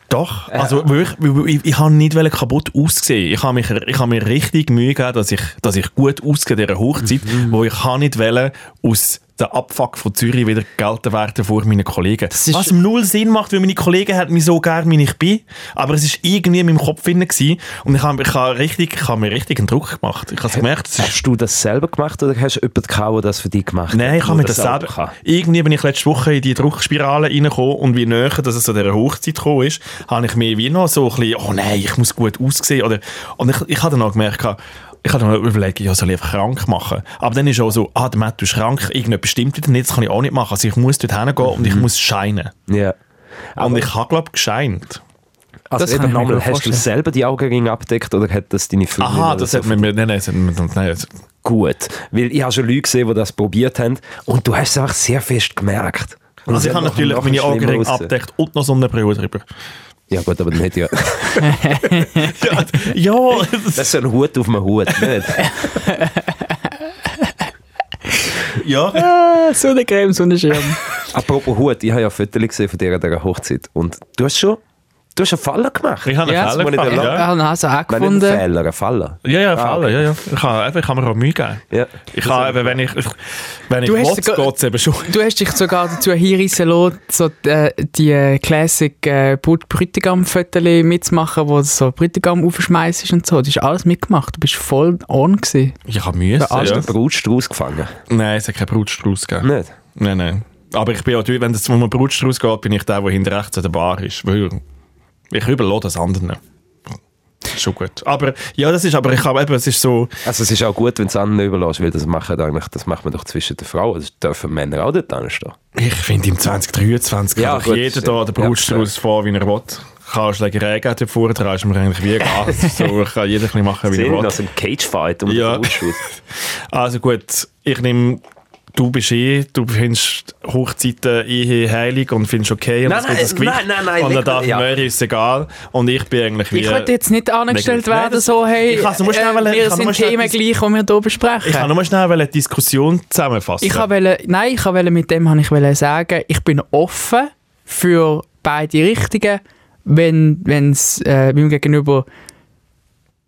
Speaker 1: Doch, also wirklich, weil- weil ich, ich habe nicht wollen kaputt ausgesehen. Ich habe, mich, ich habe mir richtig Mühe gegeben, dass ich, dass ich gut ausgehe dieser Hochzeit, wo ich habe nicht wollen, aus der Abfuck von Zürich wieder gelten werden vor meinen Kollegen.
Speaker 2: ist-
Speaker 1: Was null Sinn macht, weil meine Kollegen hätten mich so gern, wie ich bin, aber es ist irgendwie in meinem Kopf drin gewesen und ich habe, ich habe, richtig, ich habe mir richtig einen Druck gemacht. Ich habe es gemerkt, es ist
Speaker 3: Hast du das selber gemacht oder hast du jemanden gehauen, das für dich gemacht
Speaker 1: Nein, ich
Speaker 3: hat,
Speaker 1: habe
Speaker 3: wo
Speaker 1: mir das selber.
Speaker 3: kann?
Speaker 1: Irgendwie bin ich letzte Woche in die Druckspirale reingekommen und wie näher, dass es zu dieser Hochzeit gekommen ist, habe ich mir wie noch so ein bisschen, oh nein, ich muss gut aussehen. Oder, und ich, ich habe dann auch gemerkt, ich habe dann auch überlegt, ja, soll ich einfach krank machen? Aber dann ist auch so, ah, der Matt, du bist krank, irgendetwas stimmt wieder nicht, das kann ich auch nicht machen. Also ich muss dort hingehen und ich muss scheinen.
Speaker 3: Ja.
Speaker 1: und ich habe, glaube ich, gescheint.
Speaker 3: Also
Speaker 2: Das
Speaker 3: das
Speaker 2: kann
Speaker 3: eben
Speaker 2: ich mir
Speaker 3: nochmal,
Speaker 2: gut
Speaker 3: hast du
Speaker 2: vorstellen.
Speaker 3: selber die Augenringe abgedeckt oder hat das deine Freundin?
Speaker 1: Aha,
Speaker 3: oder
Speaker 1: das
Speaker 3: so
Speaker 1: hat mir... Nein, nein, das hat mir- nein, nein. das-
Speaker 3: gut. Weil ich habe schon Leute gesehen, die das probiert haben und du hast es einfach sehr fest gemerkt. Und
Speaker 1: Also
Speaker 3: es
Speaker 1: ich habe
Speaker 3: hat
Speaker 1: natürlich
Speaker 3: noch
Speaker 1: meine
Speaker 3: schlimmer
Speaker 1: Augenringe
Speaker 3: ausgesehen.
Speaker 1: abgedeckt und noch so eine Brille drüber.
Speaker 3: Ja gut, aber nicht ja.
Speaker 1: Ja,
Speaker 3: Das ist ein Hut auf einem Hut, nicht?
Speaker 1: ja.
Speaker 2: Äh, Sonnencreme, Sonnenschirm.
Speaker 3: Apropos Hut, ich habe ja Fotos gesehen von dir an dieser Hochzeit und du hast schon, du hast einen Fehler gemacht.
Speaker 1: Ich habe einen
Speaker 2: Ja,
Speaker 1: Fehler
Speaker 3: das muss ich
Speaker 1: gemacht.
Speaker 3: dir
Speaker 1: ja.
Speaker 2: Ich habe also auch
Speaker 3: Nein, nicht einen
Speaker 2: gefunden.
Speaker 3: Fehler, einen Fehler.
Speaker 1: Ja, ja,
Speaker 3: Ah,
Speaker 1: Fälle, ja, ja. Ich kann, eben, ich kann mir auch Mühe geben.
Speaker 3: Ja.
Speaker 1: Ich kann eben, wenn ich, ich- wenn ich
Speaker 2: Du hast
Speaker 1: will,
Speaker 2: sogar-
Speaker 1: geht es eben schon.
Speaker 2: Du hast dich sogar dazu hinreissen lassen, so die, äh, die äh, Classic äh, Brut- Brütigam-Fotos mitzumachen, wo so Brütigam aufschmeißt und so. Du hast alles mitgemacht. Du bist voll on. Gewesen.
Speaker 1: Ich habe Mühe.
Speaker 3: Hast du
Speaker 1: Ja.
Speaker 3: den Brutstrauß gefangen?
Speaker 1: Nein, es hat keinen Brutstrauß gegeben.
Speaker 3: Nicht?
Speaker 1: Nein, nein. Aber ich bin auch, wenn es um einen Brutstrauß geht, bin ich der, der hinter rechts an der Bar ist. Weil ich überlasse das anderen. Schon gut. Aber ja, das ist, aber ich habe eben, es ist so,
Speaker 3: Also es ist auch gut, wenn du es anderen überlässt, weil das, machen eigentlich, das macht man doch zwischen den Frauen. Das dürfen Männer auch dort anstehen.
Speaker 1: ich finde im 2023
Speaker 3: Ja,
Speaker 1: kann doch
Speaker 3: gut,
Speaker 1: jeder
Speaker 3: stimmt.
Speaker 1: da den
Speaker 3: Ja,
Speaker 1: Brutstrauß fahren, wie er will. Kann Schlägerei geben davor, da ist mir eigentlich wie egal. Es ist so, kann jeder ein bisschen machen, wie
Speaker 3: Sehen
Speaker 1: er
Speaker 3: wir
Speaker 1: will.
Speaker 3: das im Cagefight um
Speaker 1: Ja.
Speaker 3: den Brutstrauß?
Speaker 1: Also gut, ich nehme, du bist eh, du findest Hochzeiten eh heilig und findest okay und
Speaker 3: Nein,
Speaker 1: es gibt
Speaker 3: nein,
Speaker 1: das Gewicht.
Speaker 3: nein, nein, nein,
Speaker 1: und dann
Speaker 3: nicht-
Speaker 1: darf
Speaker 3: ja.
Speaker 1: ja. ist es egal. Und ich bin eigentlich wie...
Speaker 2: Ich wollte jetzt nicht angestellt
Speaker 1: Negativ. Nein,
Speaker 2: werden,
Speaker 1: das-
Speaker 2: so, hey, äh,
Speaker 1: Ich kann es nur schnell wollen- ich
Speaker 2: wir
Speaker 1: kann
Speaker 2: sind
Speaker 1: nur schnell
Speaker 2: Themen
Speaker 1: etwas-
Speaker 2: gleich, die wir hier besprechen.
Speaker 1: ich kann nur schnell eine Diskussion zusammenfassen.
Speaker 2: Ich wollte, nein, ich wollte mit dem habe ich wollte sagen, ich bin offen für beide Richtungen, wenn wenn es äh, meinem Gegenüber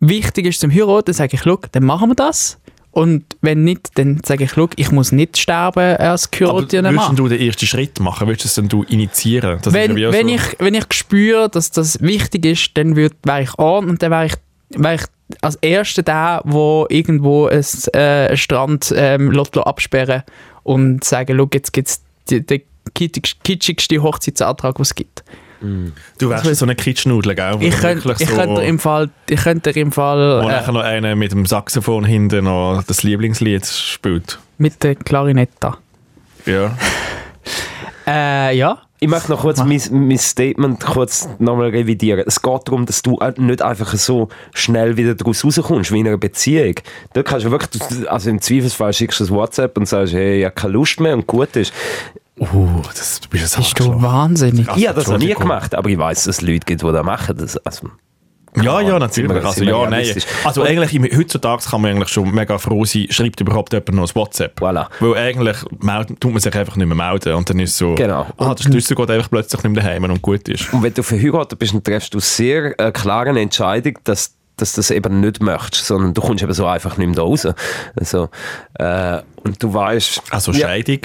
Speaker 2: wichtig ist zum Heiraten, dann sage ich, «Schau, dann machen wir das. Und wenn nicht, dann sage ich, «Schau, ich muss nicht sterben als
Speaker 1: aber
Speaker 2: geheirateter
Speaker 1: würdest denn
Speaker 2: Mann.
Speaker 1: du den ersten Schritt machen? Würdest du es denn du initiieren? Das ist
Speaker 2: Wenn,
Speaker 1: ja wie auch
Speaker 2: wenn,
Speaker 1: so-
Speaker 2: ich, wenn ich spüre, dass das wichtig ist, dann würd, wäre ich an und dann wäre ich, wäre ich als Erster der, wo irgendwo ein, äh, einen Strand ähm, lässt absperren und sagen, «Schau, jetzt gibt es den kitsch- kitschigsten Hochzeitsantrag, den es gibt.»
Speaker 1: Du wärst so eine Kitschnudel, gell?
Speaker 2: Ich
Speaker 1: Wo
Speaker 2: könnte
Speaker 1: wirklich
Speaker 2: ich
Speaker 1: so-
Speaker 2: könnte im Fall, ich könnte im
Speaker 1: Wo
Speaker 2: Fall äh,
Speaker 1: nachher noch einer mit dem Saxophon hinten noch das Lieblingslied spielt.
Speaker 2: mit der Klarinetta.
Speaker 1: Ja.
Speaker 2: Äh, ja.
Speaker 3: Ich möchte noch kurz mein, mein Statement kurz nochmal revidieren. Es geht darum, dass du nicht einfach so schnell wieder daraus rauskommst, wie in einer Beziehung. Da kannst du wirklich, also im Zweifelsfall schickst du ein WhatsApp und sagst, hey, ich habe keine Lust mehr und gut ist.
Speaker 1: Uh, das, du bist ein
Speaker 2: Bist Oh, du wahnsinnig?
Speaker 1: Ach,
Speaker 3: ich habe das noch nie
Speaker 1: Entschuldigung.
Speaker 3: gemacht, aber ich weiß, dass es Leute gibt, die das machen. Das, also,
Speaker 1: Ja, ja,
Speaker 3: sind
Speaker 1: natürlich.
Speaker 3: wir-
Speaker 1: Also,
Speaker 3: sind wir
Speaker 1: ja, nein.
Speaker 3: Ah, realistisch.
Speaker 1: Also, eigentlich, im- heutzutage kann man eigentlich schon mega froh sein, schreibt überhaupt jemand noch ein WhatsApp.
Speaker 3: Voilà.
Speaker 1: Weil eigentlich melden, tut man sich einfach nicht mehr melden. Und dann ist so,
Speaker 3: Genau.
Speaker 1: ah, der Schlüssel geht einfach plötzlich nicht mehr daheim und gut ist.
Speaker 3: und wenn du verheiratet bist, dann treffst du sehr äh, klare Entscheidung, dass dass du das eben nicht möchtest, sondern du kommst eben so einfach nicht mehr da raus. Also, äh, und du weißt...
Speaker 1: Also,
Speaker 3: ja,
Speaker 1: Scheidung.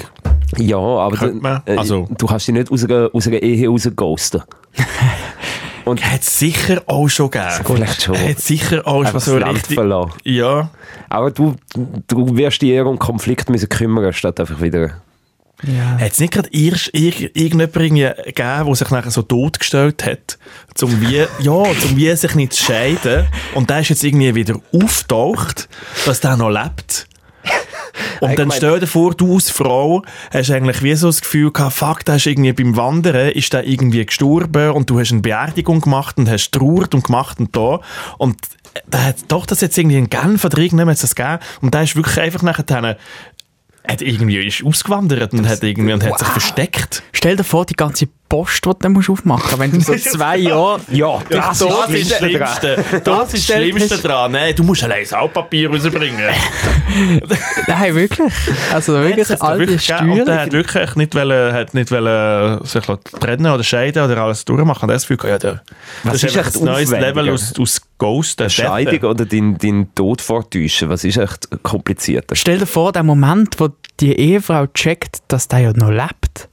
Speaker 3: Ja, aber
Speaker 1: Könnte man.
Speaker 3: du, äh,
Speaker 1: Also-
Speaker 3: du kannst dich nicht aus einer, aus einer Ehe rausghosten. Und
Speaker 1: Hat es sicher auch schon gegeben.
Speaker 3: vielleicht schon.
Speaker 1: Hat es sicher auch schon
Speaker 3: Einfach
Speaker 1: so
Speaker 3: das Land
Speaker 1: richtig...
Speaker 3: verlassen.
Speaker 1: Ja.
Speaker 3: Aber du, du wirst dich eher um Konflikt müssen kümmern, statt einfach wieder.
Speaker 2: Ja.
Speaker 1: Hat es nicht gerade irg irg irgendjemand irgendwie gegeben, der sich nachher so totgestellt hat, um wie, ja, zum wie sich nicht zu scheiden? Und der ist jetzt irgendwie wieder auftaucht, dass der noch lebt. Und dann
Speaker 3: Ich mein-
Speaker 1: stell dir vor, du als Frau hast eigentlich wie so das Gefühl gehabt, fuck, der ist irgendwie beim Wandern, ist der irgendwie gestorben und du hast eine Beerdigung gemacht und hast trauert und gemacht und da. Und äh, der hat doch das jetzt irgendwie in Genf oder irgendjemand hat das gegeben und der ist wirklich einfach nachher dann- hat irgendwie ist ausgewandert und hat irgendwie und hat sich versteckt.
Speaker 2: Stell dir vor, die ganze Post, die du dann musst aufmachen musst, wenn du so zwei Jahre...
Speaker 3: Ja,
Speaker 1: Das,
Speaker 2: das
Speaker 1: ist das Schlimmste. Das ist das
Speaker 2: Stellt-
Speaker 1: Schlimmste dran. Nein, du musst allein das Altpapier rausbringen.
Speaker 2: Nein, wirklich. Also wirklich,
Speaker 1: Jetzt hat's
Speaker 2: all die
Speaker 1: wirklich gegeben Und der
Speaker 2: Steuern.
Speaker 1: hat wirklich echt nicht wollen, hat nicht wollen sich trennen oder scheiden oder alles durchmachen. Das Gefühl, ja, der, das
Speaker 3: Was ist
Speaker 1: ist echt
Speaker 3: echt
Speaker 1: ein neues
Speaker 3: aufwendiger?
Speaker 1: Level aus, aus Ghost. der
Speaker 3: Scheidung oder deinen dein Tod vortäuschen, was ist echt komplizierter?
Speaker 2: Stell dir vor, den Moment, wo die Ehefrau checkt, dass der ja noch lebt.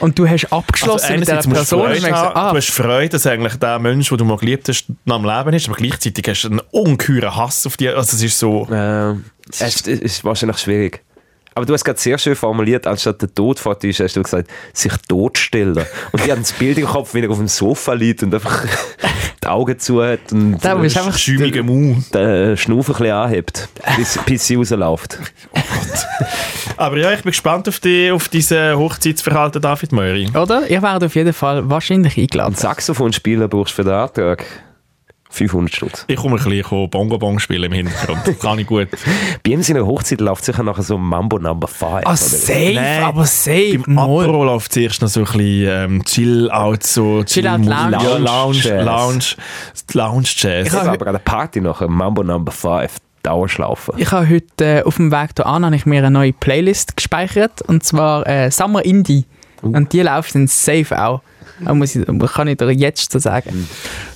Speaker 2: Und du hast
Speaker 1: Also
Speaker 2: abgeschlossen mit dieser
Speaker 1: einerseits musst du
Speaker 2: Person. Und
Speaker 1: Freude
Speaker 2: merkst,
Speaker 1: haben,
Speaker 2: ah,
Speaker 1: du hast Freude, dass eigentlich der Mensch, den du mal geliebt hast, noch am Leben ist, aber gleichzeitig hast du einen ungeheuren Hass auf dich. Also es ist so...
Speaker 3: Ähm, es ist, es ist wahrscheinlich schwierig. Aber du hast gerade sehr schön formuliert, anstatt den Tod vortäuschen, hast du gesagt, sich totstellen. Und die haben das Bild im Kopf, wie er auf dem Sofa liegt und einfach die Augen zu hat und
Speaker 2: Da
Speaker 3: äh,
Speaker 2: bist einfach-
Speaker 1: schäumiger Mund.
Speaker 3: den Schnuff ein bisschen anhebt, bis, bis sie rausläuft.
Speaker 1: Aber ja, ich bin gespannt auf, die, auf diese Hochzeitsverhalten David Möri.
Speaker 2: oder? Ihr werdet auf jeden Fall wahrscheinlich
Speaker 3: Ein
Speaker 2: eingeladen.
Speaker 3: Saxophonspieler brauchst du für den Antrag 500 Stutz.
Speaker 1: Ich komme ein bisschen ich komme Bongo Bong spielen im Hintergrund. Kann ich gut.
Speaker 3: Bei ihm seiner Hochzeit läuft sicher nachher so Mambo Number 5.
Speaker 2: Ah, safe,
Speaker 1: Nein,
Speaker 2: aber safe.
Speaker 1: Im Apro läuft zuerst noch so ein bisschen ähm, Chill-Out, so
Speaker 2: Chill-Out,
Speaker 1: Chill-Musik.
Speaker 2: Lounge.
Speaker 1: Ja, Lounge,
Speaker 3: Jazz.
Speaker 1: Lounge, Lounge Jazz. Also,
Speaker 3: Das ist aber gerade eine Party nachher, Mambo Number 5, Dauerschlaufe.
Speaker 2: Ich habe heute äh, auf dem Weg hierher habe ich mir eine neue Playlist gespeichert und zwar äh, Summer Indie.
Speaker 1: Oh.
Speaker 2: Und die läuft dann safe auch. Da muss ich, kann ich dir jetzt so
Speaker 1: Hm.
Speaker 2: sagen.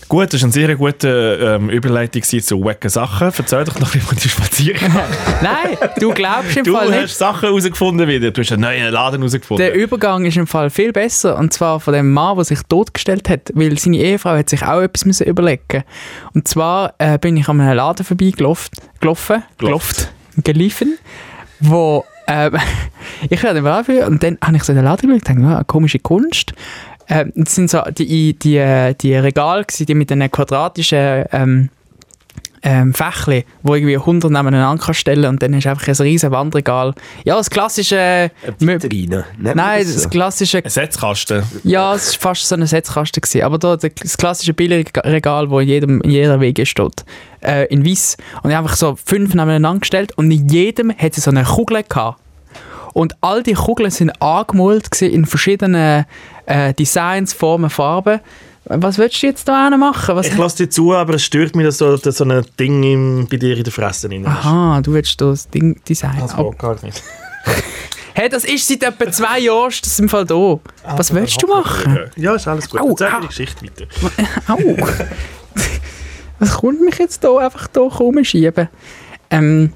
Speaker 1: Gut, das war eine sehr gute ähm, Überleitung gewesen zu wacken Sachen. Erzähl doch noch, wie man die spazieren kann.
Speaker 2: Nein, du glaubst im
Speaker 1: Du
Speaker 2: Fall nicht.
Speaker 1: hast Sachen herausgefunden wieder. Du hast einen neuen Laden
Speaker 2: Der
Speaker 1: herausgefunden.
Speaker 2: Übergang ist im Fall viel besser und zwar von dem Mann, der sich totgestellt hat, weil seine Ehefrau hat sich auch etwas müssen überlegen. Und zwar äh, bin ich an einem Laden vorbeigelaufen, gelaufen, gelaufen, gelaufen, wo ähm, ich werde mal anführen und dann habe ich so in den Laden geschaut und dachte, ah, komische Kunst. Ähm, das sind so die, die, äh, die Regale gewesen, die mit den quadratischen ähm, ähm, Fächli, wo irgendwie 100 nebeneinander kannst stellen und dann hast du einfach ein riesen Wandregal. Ja, das klassische... Mö-
Speaker 3: Vitrine. Nennt man
Speaker 2: Nein,
Speaker 3: das
Speaker 2: das
Speaker 3: so?
Speaker 2: klassische.
Speaker 1: Ein Setzkasten.
Speaker 2: Ja, es war fast so ein Setzkasten. Gewesen. Aber da der- das klassische Billigregal, das in, jedem, in jeder Wege steht. Äh, in Weiß. Und ich habe einfach so fünf nebeneinander gestellt und in jedem hatte sie so eine Kugel. Gehabt. Und all die Kugeln sind angemalt gewesen in verschiedenen äh, Designs, Formen, Farben. Was willst du jetzt da hinten machen? Was
Speaker 1: Ich lasse dir zu, aber es stört mich, dass so, dass so ein Ding im, bei dir in der Fresse drin ist.
Speaker 2: Aha, du willst da das Ding designen.
Speaker 3: Also-
Speaker 1: Das
Speaker 2: Aber-
Speaker 1: geht gar nicht.
Speaker 2: Hey, das ist seit etwa zwei Jahren ist das im Fall
Speaker 3: Also
Speaker 2: da. Was willst du machen?
Speaker 1: Ja, ist alles gut.
Speaker 2: Au,
Speaker 1: Erzähl
Speaker 2: au.
Speaker 1: die Geschichte weiter.
Speaker 2: Au! Was kommt mich jetzt hier einfach hier rumschieben? Ähm,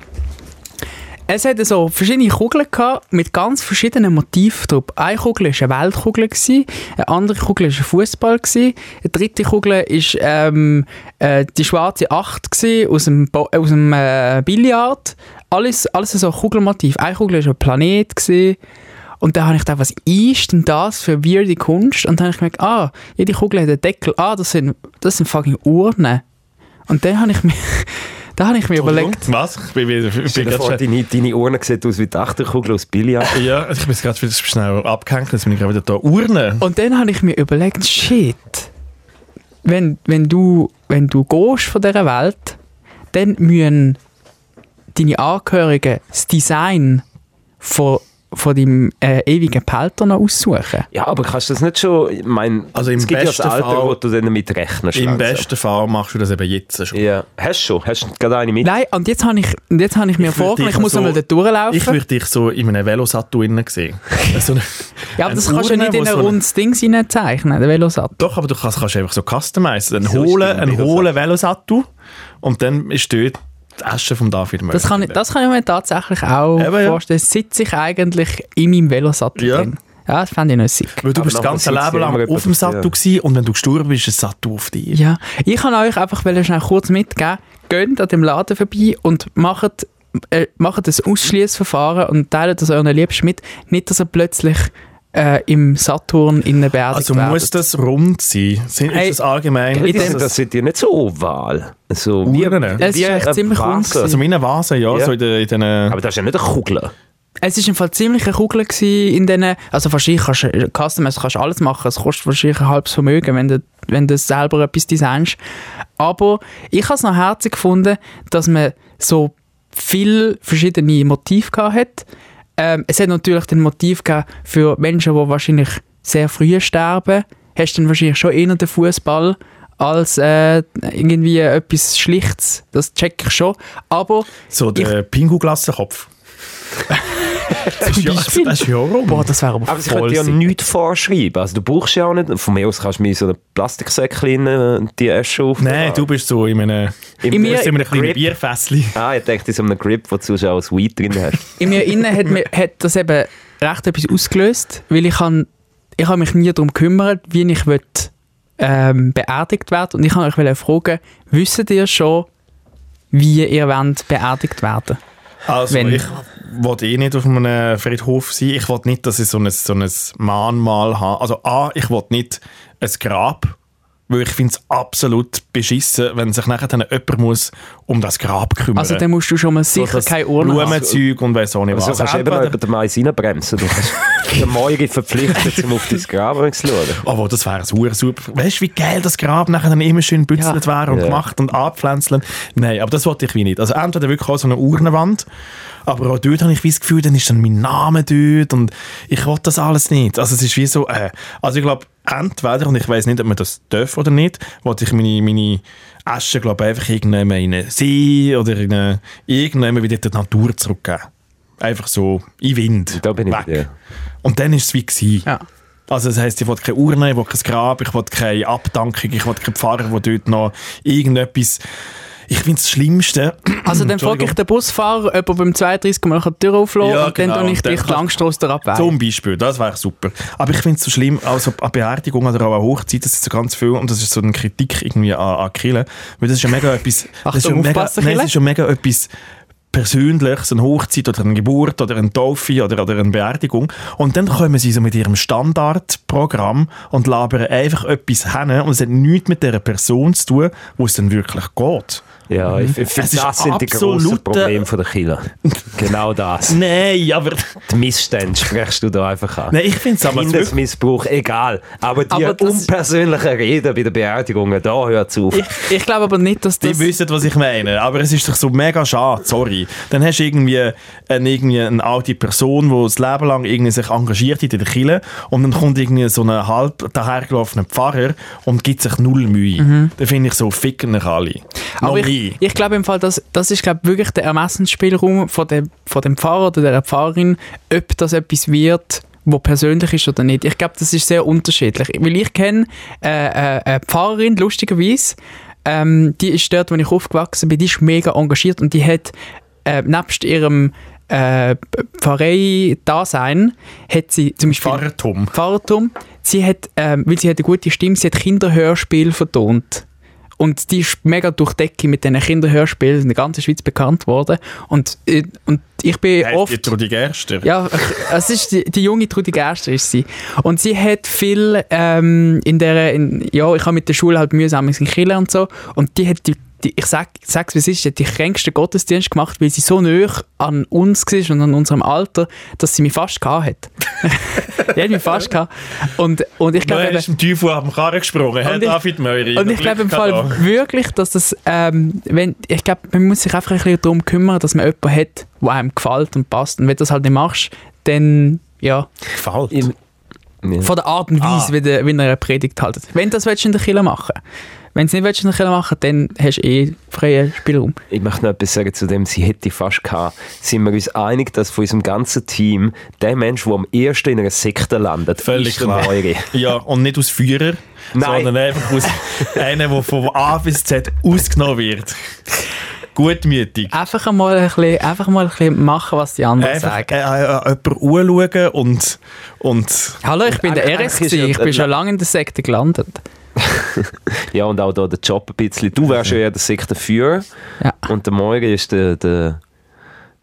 Speaker 2: es hatte so verschiedene Kugeln gehabt, mit ganz verschiedenen Motiven drauf. Eine Kugel war eine Weltkugel, gewesen, eine andere Kugel war ein Fußball, gewesen, eine dritte Kugel war ähm, äh, die schwarze Acht gewesen, aus dem, Bo äh, aus dem äh, Billard. Alles, alles so Kugelmotiv. Eine Kugel war ein Planet. Gewesen. Und dann habe ich gedacht, was ist denn das für weirde Kunst? Und dann habe ich gemerkt, ah, jede Kugel hat einen Deckel. Ah, das sind, das sind fucking Urnen. Und dann habe ich mir, dann habe ich mir überlegt,
Speaker 1: Was? Ich bin wieder... Ich bin
Speaker 3: Stell dir
Speaker 1: grad
Speaker 3: vor,
Speaker 1: schnell-
Speaker 3: deine, deine Urne sieht aus wie die Achterkugel aus Billard.
Speaker 1: ja, ich bin jetzt gerade wieder schnell abgehängt, jetzt bin ich gerade wieder da. Urne?
Speaker 2: Und dann habe ich mir überlegt, shit, wenn, wenn, du, wenn du gehst von dieser Welt, dann müssen deine Angehörigen das Design von, von deinem äh, ewigen Pelter noch aussuchen.
Speaker 3: Ja, aber kannst du das nicht schon... Ich mein,
Speaker 1: Also im
Speaker 3: es gibt ja das
Speaker 1: besten
Speaker 3: Alter,
Speaker 1: Fall-
Speaker 3: wo du dann damit
Speaker 2: Oh,
Speaker 3: rechnest.
Speaker 1: Im
Speaker 3: langsam.
Speaker 1: besten Fall machst du das eben jetzt schon.
Speaker 3: Ja. Hast du schon? Hast du gerade eine mit?
Speaker 2: Nein, und jetzt habe ich, und jetzt habe ich mir
Speaker 1: Ich würde
Speaker 2: vorgenommen, ich
Speaker 1: dich
Speaker 2: muss
Speaker 1: so-
Speaker 2: einmal dort
Speaker 1: Ich
Speaker 2: durchlaufen.
Speaker 1: würde dich so in einem Velosattel innen sehen. So eine-
Speaker 2: Ja, aber das
Speaker 1: eine
Speaker 2: kannst du ja
Speaker 1: Urne,
Speaker 2: nicht in
Speaker 1: wo
Speaker 2: ein
Speaker 1: so eine-
Speaker 2: rundes Ding hineinzeichnen, den Velosattel.
Speaker 1: Doch, aber du kannst, kannst einfach so customizen. Einen
Speaker 3: Wieso ist
Speaker 1: hohlen,
Speaker 3: denn ein
Speaker 1: einen hohlen Velosattel und dann ist dort die Asche vom David Murray.
Speaker 2: Das kann, ich, das kann ich mir tatsächlich auch
Speaker 1: Eben, ja.
Speaker 2: vorstellen. Sitze ich eigentlich in meinem Velosattel
Speaker 1: Ja.
Speaker 2: drin? Ja, das fände ich noch sick.
Speaker 1: Weil du
Speaker 3: Aber
Speaker 1: bist das ganze Leben
Speaker 3: nachher sitzt immer
Speaker 1: lang
Speaker 3: jemand
Speaker 1: auf dem
Speaker 3: auf dir.
Speaker 1: Sattel gewesen und wenn du gestorben bist, ist ein Sattel auf dir.
Speaker 2: Ja, ich kann euch einfach wollen schnell kurz mitgeben, geht an dem Laden vorbei und macht, äh, macht ein Ausschließverfahren und teilt das euren Liebsten mit. Nicht, dass ihr plötzlich äh, im Saturn in eine Beerdigung
Speaker 1: Also muss
Speaker 2: werdet.
Speaker 1: das rund sein? Sind,
Speaker 2: Hey,
Speaker 1: ist das allgemein?
Speaker 3: Ich
Speaker 2: dem-
Speaker 1: Ist
Speaker 3: denke, das sind die nicht so oval. So
Speaker 1: Nein, nein, nein.
Speaker 2: Es ist echt
Speaker 3: eine
Speaker 2: ziemlich rund
Speaker 3: Vase.
Speaker 2: gewesen.
Speaker 1: also meine Vase, ja,
Speaker 3: Ja.
Speaker 1: so in den... In den
Speaker 3: Aber das ist ja nicht eine Kugel.
Speaker 2: Es war im Fall ziemlich eine Kugel gewesen in diesen, also wahrscheinlich kannst du, Custom, also kannst du alles machen, es kostet wahrscheinlich ein halbes Vermögen, wenn du, wenn du selber etwas designst. Aber ich habe es noch herzig gefunden, dass man so viele verschiedene Motive gehabt hat. Ähm, es hat natürlich den Motiv gegeben für Menschen, die wahrscheinlich sehr früh sterben. Hast du dann wahrscheinlich schon eher den Fußball als äh, irgendwie etwas Schlichtes. Das check ich schon. Aber
Speaker 1: so der Pingu-Glassenkopf. das, ist ja, das
Speaker 2: Beispiel.
Speaker 1: ist ja rum.
Speaker 2: boah, das wäre aber,
Speaker 3: Aber sie
Speaker 2: voll
Speaker 3: können ja
Speaker 2: sick.
Speaker 3: nichts vorschreiben. Also du brauchst ja auch nicht. Von mir aus kannst du mir in so einen Plastiksack rein, äh, die Asche auf.
Speaker 1: Nein, du bist so in einem,
Speaker 3: Im-
Speaker 2: In
Speaker 1: du
Speaker 2: mir-
Speaker 1: bist in einem kleinen
Speaker 3: Grip.
Speaker 1: Bierfässchen.
Speaker 3: Ah, ich dachte, in so einem Grip, wo du sonst auch ein Weed drin hast.
Speaker 2: In mir innen hat, mir, hat das eben recht etwas ausgelöst, weil ich, han, ich hab mich nie darum gekümmert, wie ich will, ähm, beerdigt werde. Und ich wollte euch wollen fragen, wisst ihr schon, wie ihr wollt beerdigt werden
Speaker 1: Also
Speaker 2: Wenn-
Speaker 1: ich will eh nicht auf einem Friedhof sein. Ich will nicht, dass ich so ein, so ein Mahnmal habe. Also A, ich will nicht ein Grab, weil ich finde es absolut beschissen, wenn sich nachher dann jemand muss um das Grab kümmern
Speaker 2: Also dann musst du schon mal sicher
Speaker 1: das
Speaker 2: keine Urne haben.
Speaker 1: Blumenzeug und weiss auch nicht
Speaker 3: Also
Speaker 1: was.
Speaker 3: du kannst du eben noch
Speaker 1: Entweder-
Speaker 3: über den Mais reinbremsen. Du kannst den Morgen verpflichtet, um auf dein Grab zu schauen.
Speaker 1: Aber Oh, das wäre super, super. Weißt du, wie geil das Grab nachher dann immer schön bützelt wäre und
Speaker 3: Ja.
Speaker 1: gemacht und abpflänzelt. Nein, aber das wollte ich wie nicht. Also entweder wirklich auch so eine Urnenwand, aber auch dort habe ich wie das Gefühl, dann ist dann mein Name dort und ich wollte das alles nicht. Also es ist wie so, äh, also ich glaube, entweder, und ich weiß nicht, ob man das darf oder nicht, wollte ich meine, meine Asche, glaube ich, einfach irgendjemand in einen See oder in eine, irgendjemand wieder der Natur zurückgeben. Einfach so, in Wind,
Speaker 3: Da bin ich
Speaker 1: weg.
Speaker 3: mit dir.
Speaker 1: Und dann ist es wie gewesen.
Speaker 2: Ja.
Speaker 1: Also das heisst, ich will keine Urne, ich will kein Grab, ich will keine Abdankung, ich will keinen Pfarrer, der dort noch irgendetwas... Ich finde das Schlimmste...
Speaker 2: Also dann frage ich den Busfahrer, ob er beim 32 mal die Tür auflässt
Speaker 1: Ja,
Speaker 2: und dann
Speaker 1: genau.
Speaker 2: tue ich
Speaker 1: Und dann
Speaker 2: dich
Speaker 1: kannst-
Speaker 2: langstrasse abwägen.
Speaker 1: Zum Beispiel, das wäre super. Aber ich finde es so schlimm, also an Beerdigung oder auch an Hochzeit, das ist so ganz viel und das ist so eine Kritik irgendwie an, an Kirche, weil das ist ja mega etwas... das ist ja
Speaker 2: Achtung,
Speaker 1: mega,
Speaker 2: aufpassen,
Speaker 1: nein, das
Speaker 2: Kirche.
Speaker 1: ist ja mega etwas Persönliches, eine Hochzeit oder eine Geburt oder eine Taufe oder, oder eine Beerdigung und dann kommen sie so mit ihrem Standardprogramm und labern einfach etwas hin und es hat nichts mit der Person zu tun, wo es dann wirklich geht.
Speaker 3: Ja, ich, ich,
Speaker 1: Mhm. Es ist
Speaker 3: das sind
Speaker 1: absolute-
Speaker 3: die grossen Probleme von der Killer. Genau das.
Speaker 1: Nein, aber...
Speaker 3: Die Missstände sprichst du da einfach an.
Speaker 1: Nein, ich finde es aber... wirklich-
Speaker 3: Kindesmissbrauch, egal. Aber die
Speaker 2: Aber das-
Speaker 3: unpersönlichen Reden bei den Beerdigungen, da hört es auf.
Speaker 2: ich ich glaube aber nicht, dass
Speaker 1: Die
Speaker 2: das...
Speaker 1: wissen, was ich meine. Aber es ist doch so mega schade, sorry. Dann hast du irgendwie eine, irgendwie eine alte Person, die das Leben lang irgendwie sich engagiert hat in der Kirche und dann kommt irgendwie so ein halb dahergelaufener Pfarrer und gibt sich null Mühe. Dann finde ich so, ficken euch alle.
Speaker 2: Aber
Speaker 1: Noch nie.
Speaker 2: ich, ich glaube im Fall, das, das ist glaube wirklich der Ermessensspielraum von dem, von dem Pfarrer oder der Pfarrerin, ob das etwas wird, wo persönlich ist oder nicht. Ich glaube, das ist sehr unterschiedlich. Weil ich kenne äh, äh, eine Pfarrerin, lustigerweise, ähm, die ist dort, wo ich aufgewachsen bin, die ist mega engagiert und die hat äh, nebst ihrem äh, Pfarrei-Dasein hat sie zum Beispiel...
Speaker 1: Pfarrertum.
Speaker 2: Pfarrertum. Sie hat, ähm, weil sie hat eine gute Stimme, sie hat Kinderhörspiel vertont. Und die ist mega durch die Decke mit diesen Kinderhörspielen in der ganzen Schweiz bekannt worden. Und, äh, und ich bin
Speaker 1: Heißt
Speaker 2: oft...
Speaker 1: ihr Trudi Gerster?
Speaker 2: Ja, es ist die, die junge Trudi Gerster ist sie. Und sie hat viel ähm, in der, in, ja, ich habe mit der Schule halt mühsam in Kirche und so. Und die hat die, die ich sag, sag's wie es ist, die hat die kränksten Gottesdienst gemacht, weil sie so nah an uns war und an unserem Alter, dass sie mich fast gehabt hat. die hat mich fast gehabt. Und, und ich glaube
Speaker 1: Nein, er
Speaker 2: eben-
Speaker 1: ist dem Teufel am Karren gesprungen. Herr
Speaker 2: Und ich-
Speaker 1: David Möri.
Speaker 2: und ich glaube im Fall wirklich, dass das, ähm, wenn, ich glaube, man muss sich einfach ein bisschen darum kümmern, dass man jemanden hat, der einem gefällt und passt. Und wenn du das halt nicht machst, dann, ja,
Speaker 1: Gefällt.
Speaker 3: Im- Halt. Ja.
Speaker 2: von der Art und Weise,
Speaker 1: Ah.
Speaker 2: wie, der, wie er eine Predigt haltet. Wenn du das willst, in der Kirche machen wenn du es nicht willst, in der Kirche machen dann hast du eh freien Spielraum.
Speaker 3: Ich möchte noch etwas sagen zu dem, sie hätte fast gehabt. Sind wir uns einig, dass von unserem ganzen Team der Mensch, der am ersten in einer Sekte landet,
Speaker 1: Völlig
Speaker 3: ist der
Speaker 1: klar.
Speaker 3: Neue.
Speaker 1: Ja, und nicht aus Führer,
Speaker 3: Nein.
Speaker 1: sondern einfach aus einem, der von A bis Z ausgenommen wird. gutmütig.
Speaker 2: Einfach mal ein bisschen, einfach mal ein bisschen machen, was die anderen
Speaker 1: Einfach
Speaker 2: sagen.
Speaker 1: äh, äh, jemanden anschauen und, und
Speaker 2: Hallo, ich bin der
Speaker 1: äh,
Speaker 3: eigentlich-
Speaker 2: RS,
Speaker 3: eigentlich ist
Speaker 2: gewesen. ich
Speaker 3: ja-
Speaker 2: bin schon lange in der Sekte gelandet.
Speaker 3: Ja, und auch da der Job ein bisschen. Du wärst ja eher der Sektenführer
Speaker 2: Ja.
Speaker 3: und der Morgen ist der, der,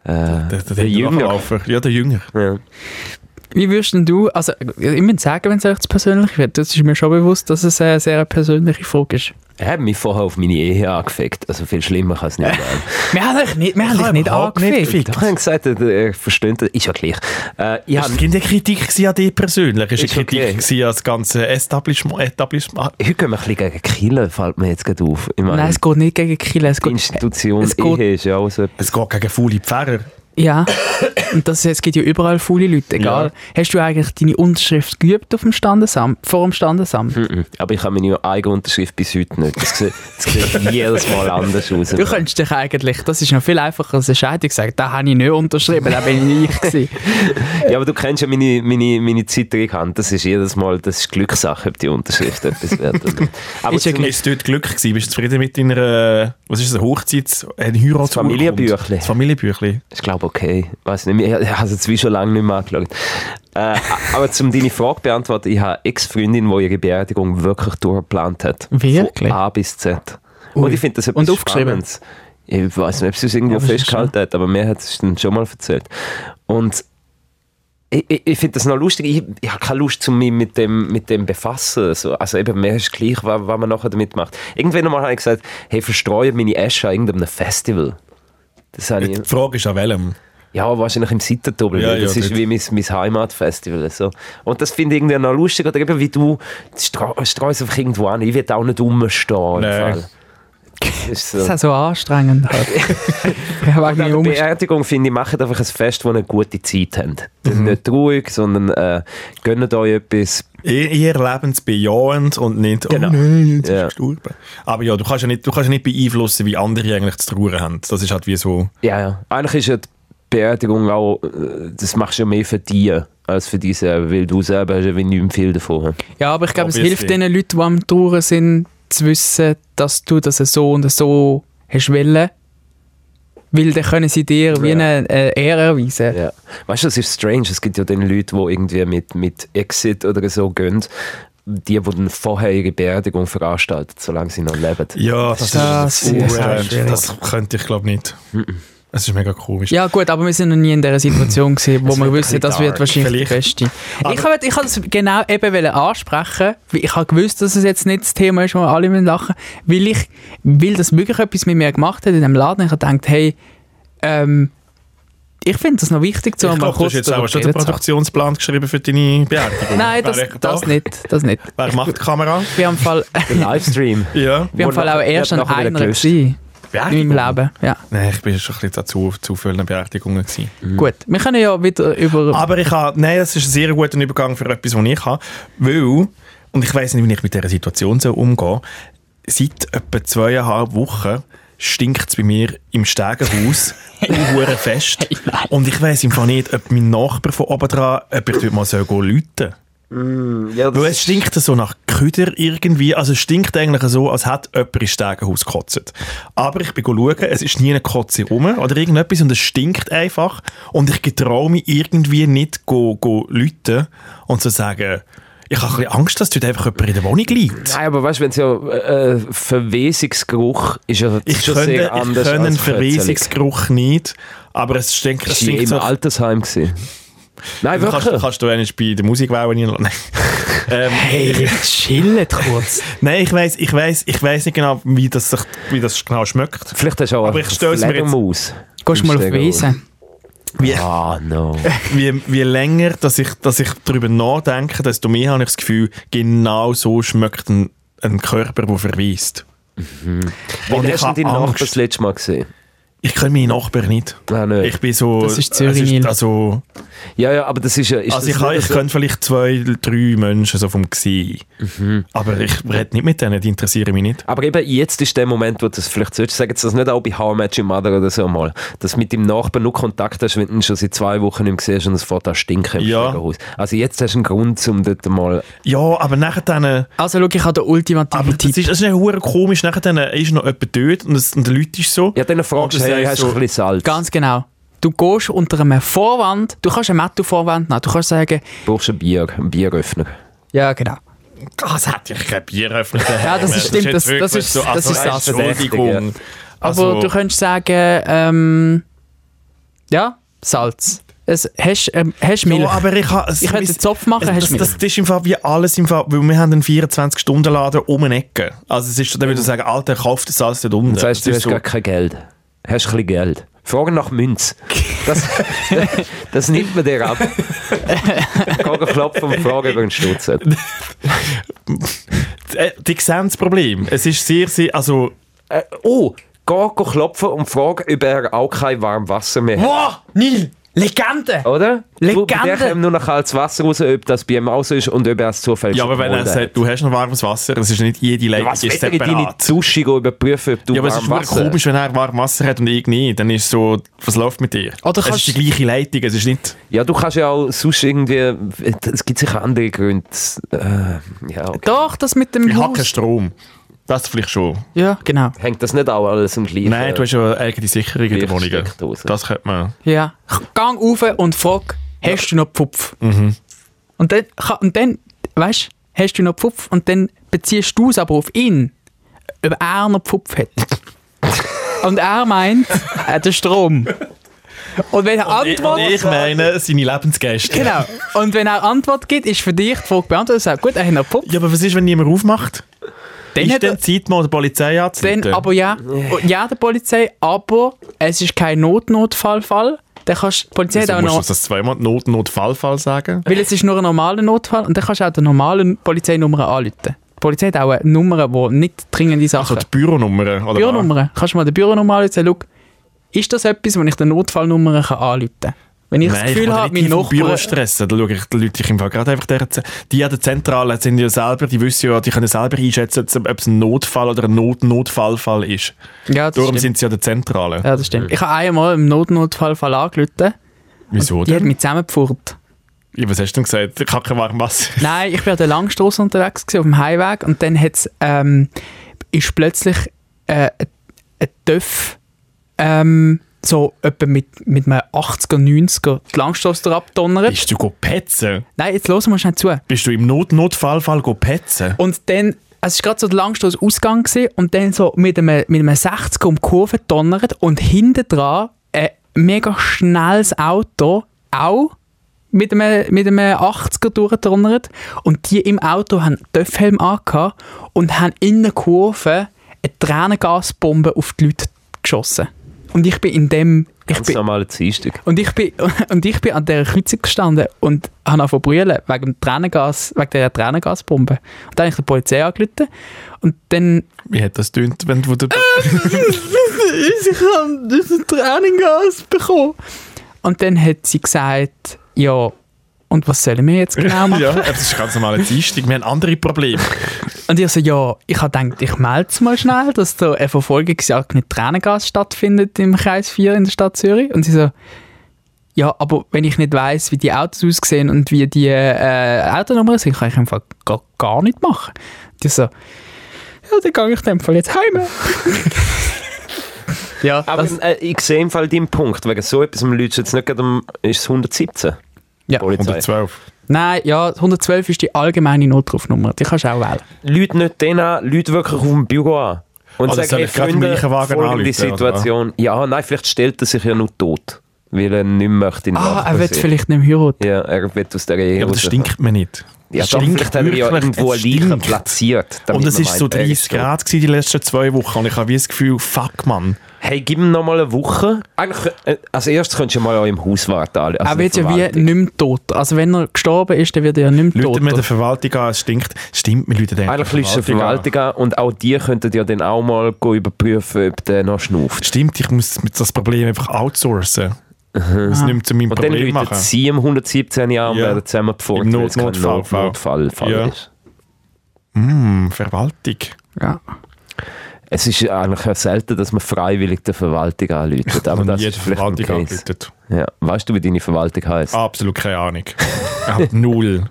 Speaker 3: äh,
Speaker 1: der, der,
Speaker 3: der Jünger.
Speaker 1: Hinterlaufer. Ja, der Jünger.
Speaker 3: Ja.
Speaker 2: Wie würdest denn du, also ich muss sagen, wenn es euch zu persönlich wird, das ist mir schon bewusst, dass es eine sehr eine persönliche Frage ist.
Speaker 3: Er hat mich vorher auf meine Ehe angefickt. Also viel schlimmer kann es nicht werden.
Speaker 2: Wir haben dich nicht, wir haben
Speaker 1: Ich
Speaker 2: dich
Speaker 1: hab
Speaker 2: nicht
Speaker 1: überhaupt nicht
Speaker 2: angefickt.
Speaker 1: gefickt.
Speaker 3: Ich habe gesagt, er- er versteht das. Ist ja gleich. Äh, ich
Speaker 1: Es
Speaker 3: habe
Speaker 1: war keine Kritik gewesen an dich persönlich, es war
Speaker 3: Ist
Speaker 1: eine Kritik
Speaker 3: okay.
Speaker 1: gewesen an das ganze Establishment. Establishment.
Speaker 3: Heute gehen wir ein bisschen gegen Killen, fällt mir jetzt gerade auf. Ich meine,
Speaker 2: Nein, es geht nicht gegen Kiel. Es
Speaker 3: die
Speaker 2: geht,
Speaker 3: Institution
Speaker 2: es geht-
Speaker 3: Ehe ist ja auch so etwas.
Speaker 1: Es geht gegen faule Pfarrer.
Speaker 2: ja. Und das, es gibt ja überall faule Leute, egal. Hast du eigentlich deine Unterschrift geübt auf dem Standesamt, vor dem Standesamt?
Speaker 3: Mhm. Aber ich habe meine eigene Unterschrift bis heute nicht. Das sieht, das sieht jedes Mal anders aus.
Speaker 2: Du könntest dich eigentlich, das ist noch viel einfacher als eine Scheidung, sagen, da habe ich nicht unterschrieben, da bin ich ich gewesen.
Speaker 3: Ja, aber du kennst ja meine, meine, meine zittrige Hand. Das ist jedes Mal das ist Glückssache, ob die Unterschrift etwas wert oder nicht. Aber
Speaker 2: Ist ja
Speaker 3: zum-
Speaker 1: Ist dort Glück gewesen? Bist du zufrieden mit deiner, äh, was ist das, Hochzeits-, ein Heirats-
Speaker 3: Das Familienbüchli.
Speaker 1: Das Familienbüchli.
Speaker 3: ich glaube, okay. Weiß nicht mehr. Ich habe es jetzt wie schon lange nicht mehr angeschaut. Äh, aber zum deine Frage zu beantworten, ich habe eine Ex-Freundin, die ihre Beerdigung wirklich durchgeplant hat.
Speaker 2: Wirklich?
Speaker 3: Von A bis Z.
Speaker 2: Ui.
Speaker 3: Und ich finde das etwas
Speaker 2: Und aufgeschrieben?
Speaker 3: Spannendes. Ich weiß nicht, ob sie es
Speaker 2: Ja,
Speaker 3: irgendwo
Speaker 2: aber es ist
Speaker 3: festgehalten hat, aber mir hat es dann schon mal erzählt. Und ich, ich, ich finde das noch lustig. Ich, ich habe keine Lust, um mich mit dem, mit dem befassen. So. Also eben, mir ist gleich, was, was man nachher damit macht. Irgendwann einmal habe ich gesagt, hey, verstreue meine Asche an irgendeinem Festival. Das habe ich,
Speaker 1: Die Frage ist an welchem?
Speaker 3: ja, wahrscheinlich im Seitentobel.
Speaker 1: Ja,
Speaker 3: das
Speaker 1: ja,
Speaker 3: ist
Speaker 1: dort.
Speaker 3: wie mein, mein Heimatfestival. So. Und das finde ich irgendwie noch lustig. Oder eben wie du, stra- streust einfach irgendwo an. Ich will auch nicht rumstehen. im
Speaker 1: Nein.
Speaker 3: Fall. Das
Speaker 2: Das
Speaker 3: ist so.
Speaker 2: ist auch so anstrengend. Halt. ja, wegen mir
Speaker 3: An der
Speaker 2: umstehen.
Speaker 3: Beerdigung finde ich, macht einfach ein Fest, wo ihr eine gute Zeit habt. Nicht ruhig, sondern äh, gönnt euch etwas.
Speaker 1: Ihr, ihr lebensbejahend und nicht,
Speaker 3: Genau.
Speaker 1: oh nein, jetzt
Speaker 3: Ja.
Speaker 1: ist er gestorben. Aber ja, du kannst ja nicht, du kannst ja nicht beeinflussen, wie andere eigentlich zu trauern haben. Das ist halt wie so,
Speaker 3: Ja, ja. Eigentlich ist ja die Beerdigung auch, äh, das machst du ja mehr für dich als für dich selber, weil du selber hast ja wie nicht mehr viel davon.
Speaker 2: Ja, aber ich glaube, es
Speaker 1: Obviously.
Speaker 2: hilft den Leuten, die am Trauern sind, zu wissen, dass du das so und so hast wollen. Weil dann können sie dir wie
Speaker 3: Ja.
Speaker 2: eine äh, Ehre erweisen.
Speaker 3: Ja. Weißt du, das ist strange. Es gibt ja den Leute, die irgendwie mit, mit Exit oder so gehen, die, die dann vorher ihre Beerdigung veranstalten, solange sie noch leben.
Speaker 1: ja, das,
Speaker 2: Das
Speaker 1: ist,
Speaker 2: ist
Speaker 1: das,
Speaker 2: schwierig.
Speaker 1: das könnte ich glaube nicht. Es ist mega komisch.
Speaker 2: Ja gut, aber wir sind noch nie in dieser Situation gewesen, wo
Speaker 3: Es
Speaker 2: wir
Speaker 3: wird
Speaker 2: wissen,
Speaker 3: ein bisschen
Speaker 2: das wird
Speaker 3: dark,
Speaker 2: wahrscheinlich die beste. Ich habe ich hab das genau eben wollen ansprechen, weil ich habe gewusst, dass es jetzt nicht das Thema ist, wo alle müssen lachen weil ich, weil das wirklich etwas mit mir gemacht hat in dem Laden. Ich habe gedacht, hey, ähm, ich finde das noch wichtig, zu
Speaker 1: ich glaube, du hast jetzt auch schon den Produktionsplan geschrieben für deine Beerdigung.
Speaker 2: Nein, das,
Speaker 1: Wer- doch,
Speaker 2: das nicht, das nicht.
Speaker 1: Wer macht die Kamera?
Speaker 2: Wir haben im Fall,
Speaker 3: Ein Livestream.
Speaker 1: Ja.
Speaker 2: wir haben im
Speaker 3: Wo
Speaker 2: Fall auch
Speaker 3: nachher-
Speaker 2: erst
Speaker 3: wird
Speaker 2: an
Speaker 3: nachher wieder
Speaker 2: einer
Speaker 3: gelöscht.
Speaker 2: gewesen, in meinem
Speaker 1: Beerdigung?
Speaker 2: Leben. Ja,
Speaker 1: Nein, ich bin schon ein bisschen zu, zu vielen Beerdigungen gewesen.
Speaker 2: gut. Wir können ja wieder über...
Speaker 1: Aber ich habe, nein, das ist ein sehr guter Übergang für etwas, was ich habe, weil, und ich weiß nicht, wie ich mit dieser Situation so umgehe, seit etwa zweieinhalb Wochen stinkt es bei mir im Stegenhaus hure fest. und also ich weiß im Fall nicht, ob mein Nachbar von oben dran, ob ich dort mal so läuten soll.
Speaker 3: Ja,
Speaker 1: Weil es stinkt so nach Köder irgendwie. Also es stinkt eigentlich so, als hätte jemand ins Stegenhaus gekotzt. Aber ich bin schauen, es ist nie eine Kotze rum oder irgendetwas und es stinkt einfach. Und ich getraue mich irgendwie nicht, go, go Leute und zu sagen, ich habe ein bisschen Angst, dass dort einfach jemand in der Wohnung liegt.
Speaker 3: Nein, aber weißt du, wenn es ja äh, äh, Verwesungsgeruch ist, ja
Speaker 1: Ich
Speaker 3: schon
Speaker 1: könne,
Speaker 3: sehr
Speaker 1: ich
Speaker 3: anders
Speaker 1: könne einen
Speaker 3: als Verwesungsgeruch.
Speaker 1: Verwesungsgeruch nicht, aber es stinkt, es
Speaker 3: Ich war
Speaker 1: stinkt
Speaker 3: im
Speaker 1: so.
Speaker 3: Altersheim. Gewesen. Nein,
Speaker 1: Du kannst,
Speaker 3: wirklich.
Speaker 1: kannst du eigentlich bei der Musikwelle reinlassen. ähm,
Speaker 2: Hey, chillt kurz.
Speaker 1: Nein, ich weiß, ich weiß, ich weiß nicht genau, wie das, sich- wie das genau schmeckt.
Speaker 3: Vielleicht hast du auch
Speaker 1: Aber ich stell's mir jetzt-
Speaker 3: Fledermaus.
Speaker 2: Gehst du mal auf
Speaker 3: Im Stegen-
Speaker 2: Wiesen?
Speaker 1: Wie,
Speaker 3: Ah, no.
Speaker 1: wie, wie länger dass ich, dass ich darüber nachdenke, desto mehr habe ich das Gefühl, genau so schmeckt ein, ein Körper, der verweist.
Speaker 3: Wann
Speaker 1: Und ich
Speaker 3: hast du
Speaker 1: habe
Speaker 3: deinen Nachbarn das
Speaker 1: Angst.
Speaker 3: letzte Mal gesehen? Ah,
Speaker 1: Ich kenne meine Nachbarn nicht.
Speaker 3: Nein, nicht.
Speaker 1: Ich bin so...
Speaker 2: Das ist Zürich,
Speaker 1: es
Speaker 2: Neil.
Speaker 1: also,
Speaker 3: Ja, ja, aber das ist ja. Ist
Speaker 1: also
Speaker 3: das
Speaker 1: ich, kann,
Speaker 3: nicht
Speaker 1: ich
Speaker 3: so-
Speaker 1: könnte vielleicht zwei, drei Menschen so vom Gesehen.
Speaker 2: Mhm.
Speaker 1: Aber ich rede nicht mit denen, die interessieren mich nicht.
Speaker 3: Aber eben jetzt ist der Moment, wo du das vielleicht solltest, sagen sie das nicht auch bei How I Met Your Mother oder so mal, dass du mit dem Nachbarn nur Kontakt hast, wenn du ihn schon seit zwei Wochen nicht mehr siehst und es fährt an stinken im
Speaker 1: Ja.
Speaker 3: Schlägerhaus. Also jetzt hast du einen Grund, um dort mal...
Speaker 1: Ja, aber nachher dann...
Speaker 2: Also schau, ich habe den
Speaker 1: Aber
Speaker 2: ultimativen
Speaker 1: das
Speaker 2: Tipp.
Speaker 1: ist, das ist hure komisch. Nachher dann äh, ist noch jemand tot und, es, und der Leute ist so.
Speaker 3: Ja, dann fragst du,
Speaker 1: Und das
Speaker 3: hey,
Speaker 1: ist
Speaker 3: hast
Speaker 1: so-
Speaker 3: du ein bisschen Salz?
Speaker 2: Ganz genau. Du gehst unter einem Vorwand, du kannst einen Metto-Vorwand nehmen, du kannst sagen,
Speaker 3: brauchst ein Bier, einen Bieröffner.
Speaker 2: ja genau.
Speaker 1: Ah, das hätte ich kein Bier öffnen
Speaker 2: Ja, das ist- stimmt, das- das ist- das ist das.
Speaker 1: also Entschuldigung.
Speaker 2: Aber
Speaker 1: Also-
Speaker 2: du könntest sagen, ähm, ja, Salz. Es, hast ähm, hast Milch.
Speaker 1: Ja, aber ich ha, es-
Speaker 2: ich könnte
Speaker 1: es-
Speaker 2: einen Zopf machen,
Speaker 1: es-
Speaker 2: hast
Speaker 1: das,
Speaker 2: Milch.
Speaker 1: das, das ist im Fall wie alles im Fall, weil wir haben einen 24-Stunden-Laden um eine Ecke. Also es ist, dann würde ich sagen, Alter, kauf das alles dort unten.
Speaker 3: Das heisst, du
Speaker 1: Es
Speaker 3: hast
Speaker 1: ist so.
Speaker 3: gar kein Geld. Hast ein bisschen Geld. Fragen nach Münz. Das, das nimmt man dir ab. Geh klopfen und fragen über den Stutzen.
Speaker 1: Äh, Die sehen das Problem. Es ist sehr, sehr, also...
Speaker 3: Äh, oh, geh klopfen und fragen, ob er auch kein warmes Wasser mehr hat.
Speaker 2: Boah, Neil, Legende!
Speaker 3: Oder?
Speaker 2: Legende.
Speaker 3: Bei Der kommt nur noch kaltes Wasser raus, ob das bei ihm auch so ist und ob er es zufällig
Speaker 1: Ja, aber wenn er
Speaker 3: gefunden
Speaker 1: sagt, du hast noch warmes Wasser, es ist nicht jede
Speaker 3: hat.
Speaker 1: Leitung
Speaker 3: was
Speaker 1: ist
Speaker 3: will er in deine
Speaker 1: separat.
Speaker 3: Dusche gehen, überprüfen, ob du
Speaker 1: Ja, aber es ist
Speaker 3: warmes
Speaker 1: nur
Speaker 3: Wasser
Speaker 1: komisch, wenn er warmes Wasser hat und ich nicht. Dann ist so, was läuft mit dir?
Speaker 2: Oder
Speaker 1: es ist
Speaker 2: kannst-
Speaker 1: die gleiche Leitung, es ist nicht...
Speaker 3: Ja, du kannst ja auch sonst irgendwie... Es gibt sicher andere Gründe. Äh, ja, okay.
Speaker 2: Doch, das mit dem
Speaker 1: Ich habe keinen
Speaker 2: Haus.
Speaker 1: Strom. Das vielleicht schon.
Speaker 2: Ja, genau.
Speaker 3: Hängt das nicht auch alles im gleichen...
Speaker 1: Nein, du hast ja eine eigene Sicherung in der Wohnung.
Speaker 3: Lichtsteckdose.
Speaker 1: Das könnte man...
Speaker 2: Ja. Gang rauf und frag, hast du noch Pfupf?
Speaker 1: Mhm.
Speaker 2: Und dann, ka- und dann weißt du, hast du noch Pfupf und dann beziehst du es aber auf ihn, ob er noch Pfupf hat. und er meint, er hat den Strom. Und wenn er
Speaker 1: Und
Speaker 2: antwortet.
Speaker 1: ich meine seine Lebensgäste.
Speaker 2: Genau. Und wenn er Antwort gibt, ist für dich die Frage beantwortet. Er sagt, gut, er hat noch Pfupf.
Speaker 1: Ja, aber was ist, wenn niemand aufmacht?
Speaker 2: Dann
Speaker 1: ist
Speaker 2: hat er-
Speaker 1: dann Zeit, mal die Polizei anzurufen?
Speaker 2: Dann, aber ja, ja, der Polizei, aber es ist kein Notnotfallfall. Dann kannst die Polizei
Speaker 1: Wieso Also,
Speaker 2: hat auch
Speaker 1: musst du
Speaker 2: noch.
Speaker 1: uns das zweimal Not, Notfallfall sagen?
Speaker 2: Weil es ist nur ein normaler Notfall und dann kannst du auch die normalen Polizeinummern anrufen. Die Polizei hat auch eine Nummer, die nicht dringende
Speaker 1: Also
Speaker 2: Sachen...
Speaker 1: die Büronummer? Oder
Speaker 2: Büronummer. Kannst du mal die Büronummer anrufen und sagen, «Schau, ist das etwas, wo ich die Notfallnummern kann anrufen kann? Wenn ich
Speaker 1: was? Nein,
Speaker 2: das Gefühl
Speaker 1: will
Speaker 2: habe,
Speaker 1: nicht
Speaker 2: mein
Speaker 1: die vom Büro
Speaker 2: Nachbar...
Speaker 1: stressen. Da schaue ich die Leute ich im Fall gerade einfach der Ze- Die an der Zentrale sind ja selber, die wissen ja, die können selber einschätzen, ob es ein Notfall oder ein Not Notfallfall ist.
Speaker 2: Ja, das
Speaker 1: Darum
Speaker 2: stimmt.
Speaker 1: sind sie an der Zentrale.
Speaker 2: Ja, das stimmt. Ich habe einmal im Notnotfallfall angerufen.
Speaker 1: Wieso
Speaker 2: Die hat
Speaker 1: denn?
Speaker 2: mich zusammengepfurrt.
Speaker 1: Ja, was hast du denn gesagt? Ich habe kein warmes Wasser.
Speaker 2: Nein, ich war an der Langstrasse unterwegs, gewesen, auf dem Highway und dann hat's, ähm, ist plötzlich äh, ein- ein Töff ähm, so etwa mit, mit einem 80er, 90er die Langstrasse abdonnert.
Speaker 1: Bist du go petzen?
Speaker 2: Nein, jetzt hören wir schnell zu.
Speaker 1: Bist du im Not Notfallfall go petzen?
Speaker 2: Und dann, also es war gerade so der Langstrasse Ausgang gewesen, und dann so mit einem, mit einem 60er um die Kurve donnert und hinten dran ein mega schnelles Auto auch mit einem, mit einem 80er durchdonnert und die im Auto haben Töpfhelm angehabt und haben in der Kurve eine Tränengasbombe auf die Leute geschossen. Und ich bin in dem... Ich
Speaker 3: Ganz
Speaker 2: bin,
Speaker 3: normaler Dienstag.
Speaker 2: und ich, bin, und ich bin an dieser Kreuzung gestanden und habe angefangen zu brüllen wegen, dem Tränengas, wegen dieser Tränengasbombe. Und dann habe ich der Polizei angerufen und dann...
Speaker 1: Wie hat das tönt, wenn du...
Speaker 2: ich habe das Tränengas bekommen. Und dann hat sie gesagt, ja, und was sollen wir jetzt genau machen?
Speaker 1: ja, das ist ganz normale Dienstag. Wir haben andere Probleme.
Speaker 2: Und ich so, ja, ich habe gedacht, ich melde es mal schnell, dass da eine Verfolgungsjagd mit Tränengas stattfindet im Kreis 4 in der Stadt Zürich. Und sie so, ja, aber wenn ich nicht weiß, wie die Autos aussehen und wie die äh, Autonummern sind, kann ich einfach gar, gar nicht machen. Und ich so, ja, dann gehe ich in dem Fall jetzt heim. ja,
Speaker 3: Aber
Speaker 2: das,
Speaker 3: äh, ich sehe im Fall deinen Punkt. Wegen so etwas im Leuten jetzt nicht gerade um, ist es 117.
Speaker 2: ja.
Speaker 3: Polizei.
Speaker 1: 112.
Speaker 2: Nein, ja, 112 ist die allgemeine Notrufnummer, die kannst du auch wählen.
Speaker 3: Leute nicht den an, Leute wirklich auf dem Büro an. Und
Speaker 1: Oder
Speaker 3: sagen,
Speaker 1: soll
Speaker 3: hey,
Speaker 1: ich gerade im
Speaker 3: Freunde,
Speaker 1: gleichen Wagen
Speaker 3: folgende
Speaker 1: anrufen,
Speaker 3: Situation. Ja, nein, vielleicht stellt er sich ja nur tot. Weil er nicht möchte in der
Speaker 2: Ah,
Speaker 3: Nachbar
Speaker 2: er wird
Speaker 3: sein.
Speaker 2: vielleicht nicht mehr heiraten.
Speaker 3: Ja, er wird aus der Ehe
Speaker 1: Ja, aber das
Speaker 3: raus.
Speaker 1: stinkt mir nicht.
Speaker 3: Ja,
Speaker 1: Das
Speaker 3: doch,
Speaker 1: stinkt
Speaker 3: vielleicht haben wir ja
Speaker 1: wirklich,
Speaker 3: irgendwo
Speaker 1: es
Speaker 3: eine Leiche
Speaker 1: stinkt.
Speaker 3: platziert. damit
Speaker 1: Und es
Speaker 3: man
Speaker 1: ist so
Speaker 3: meint, er
Speaker 1: 30
Speaker 3: tot.
Speaker 1: Grad gewesen die letzten zwei Wochen und ich habe wie das Gefühl, fuck Mann.
Speaker 3: Hey, gib ihm noch mal eine Woche. Eigentlich, äh, als erstes könntest du mal auch im Haus warten. Also
Speaker 2: Er wird ja wie nicht
Speaker 3: Verwaltung.
Speaker 2: mehr tot. Also wenn er gestorben ist, dann wird er ja nicht mehr
Speaker 1: Leute
Speaker 2: tot.
Speaker 1: mit der Verwaltung an, es stinkt. Stimmt, wir Leute denken.
Speaker 3: Eigentlich ist es eine Verwaltung an und auch die könnten ja dann auch mal go überprüfen, ob der noch schnauft.
Speaker 1: Stimmt, ich muss mit das Problem einfach outsourcen. Das nimmt zu meinem
Speaker 3: Und dann
Speaker 1: Problem
Speaker 3: läuten
Speaker 1: machen.
Speaker 3: sie im 117 Jahr und
Speaker 1: Ja.
Speaker 3: werden zusammen bevor
Speaker 1: Im
Speaker 3: es kein
Speaker 1: Not- Notfall-
Speaker 3: Notfall Fall
Speaker 1: Ja.
Speaker 3: ist.
Speaker 1: Hm, Verwaltung.
Speaker 2: Ja.
Speaker 3: Es ist ja eigentlich auch selten, dass man freiwillig der Verwaltung anläutet. Aber
Speaker 1: Dann
Speaker 3: das
Speaker 1: jede
Speaker 3: ist vielleicht ein
Speaker 1: Verwaltung Ah,
Speaker 3: Case.
Speaker 1: anbietet.
Speaker 3: Ja. Weißt du, wie deine Verwaltung heisst?
Speaker 1: Absolut keine Ahnung. Er hat null.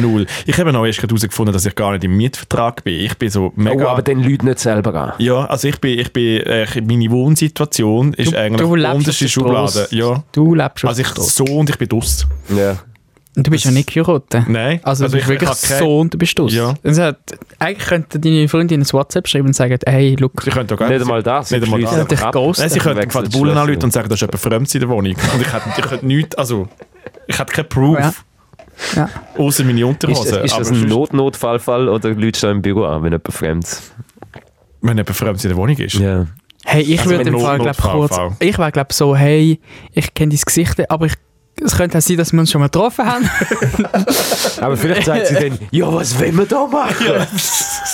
Speaker 1: Null. Ich habe noch erst gerade herausgefunden, dass ich gar nicht im Mietvertrag bin. Ich bin so
Speaker 3: oh,
Speaker 1: mega...
Speaker 3: aber den Leuten nicht selber an.
Speaker 1: ja, also ich bin, ich bin, äh, meine Wohnsituation ist eigentlich
Speaker 2: du lebst auf
Speaker 1: unterste
Speaker 2: der
Speaker 1: Schublade.
Speaker 2: Strasse.
Speaker 1: Ja.
Speaker 2: Du lebst
Speaker 1: Also ich so und ich bin dus.
Speaker 3: Ja.
Speaker 2: Du bist ja nicht geheiratet.
Speaker 1: Nein.
Speaker 2: Also, du bist wirklich
Speaker 1: habe keine-
Speaker 2: so und du bist aus.
Speaker 1: Ja.
Speaker 2: Und sie hat, eigentlich könnte deine Freundin ein WhatsApp schreiben und sagen, hey, look,
Speaker 1: Sie könnte auch gerne-
Speaker 3: Nicht einmal das.
Speaker 1: Nicht einmal das.
Speaker 3: schliessen
Speaker 2: Ja, dich
Speaker 3: einfach ab.
Speaker 2: ghosten.
Speaker 1: Nein, sie könnten im Fall die
Speaker 3: Wechselt
Speaker 1: Bullen
Speaker 3: Schlüssel.
Speaker 1: anrufen und sagen, da ist jemand fremd in der Wohnung. Und ich hätte, ich hätte nichts, also, ich hätte keinen Proof.
Speaker 2: Ja. Ja.
Speaker 1: Außer meine
Speaker 3: Ist,
Speaker 1: Unterhose.
Speaker 3: ist
Speaker 1: Aber
Speaker 3: das ein
Speaker 1: sonst-
Speaker 3: Not Notfallfall oder Leute stehen im Büro an, wenn jemand fremd
Speaker 1: Wenn jemand fremd in der Wohnung ist.
Speaker 3: Ja.
Speaker 2: hey, ich
Speaker 1: Also
Speaker 2: würde
Speaker 1: wenn
Speaker 2: im Fall,
Speaker 1: Not-
Speaker 2: glaub,
Speaker 1: Notfall,
Speaker 2: kurz,
Speaker 1: Fall.
Speaker 2: ich wäre, glaube so, hey, ich kenne dein Gesicht, aber ich, es könnte auch sein, dass wir uns schon mal getroffen haben.
Speaker 3: Aber vielleicht sagt sie dann, ja, was will man da machen?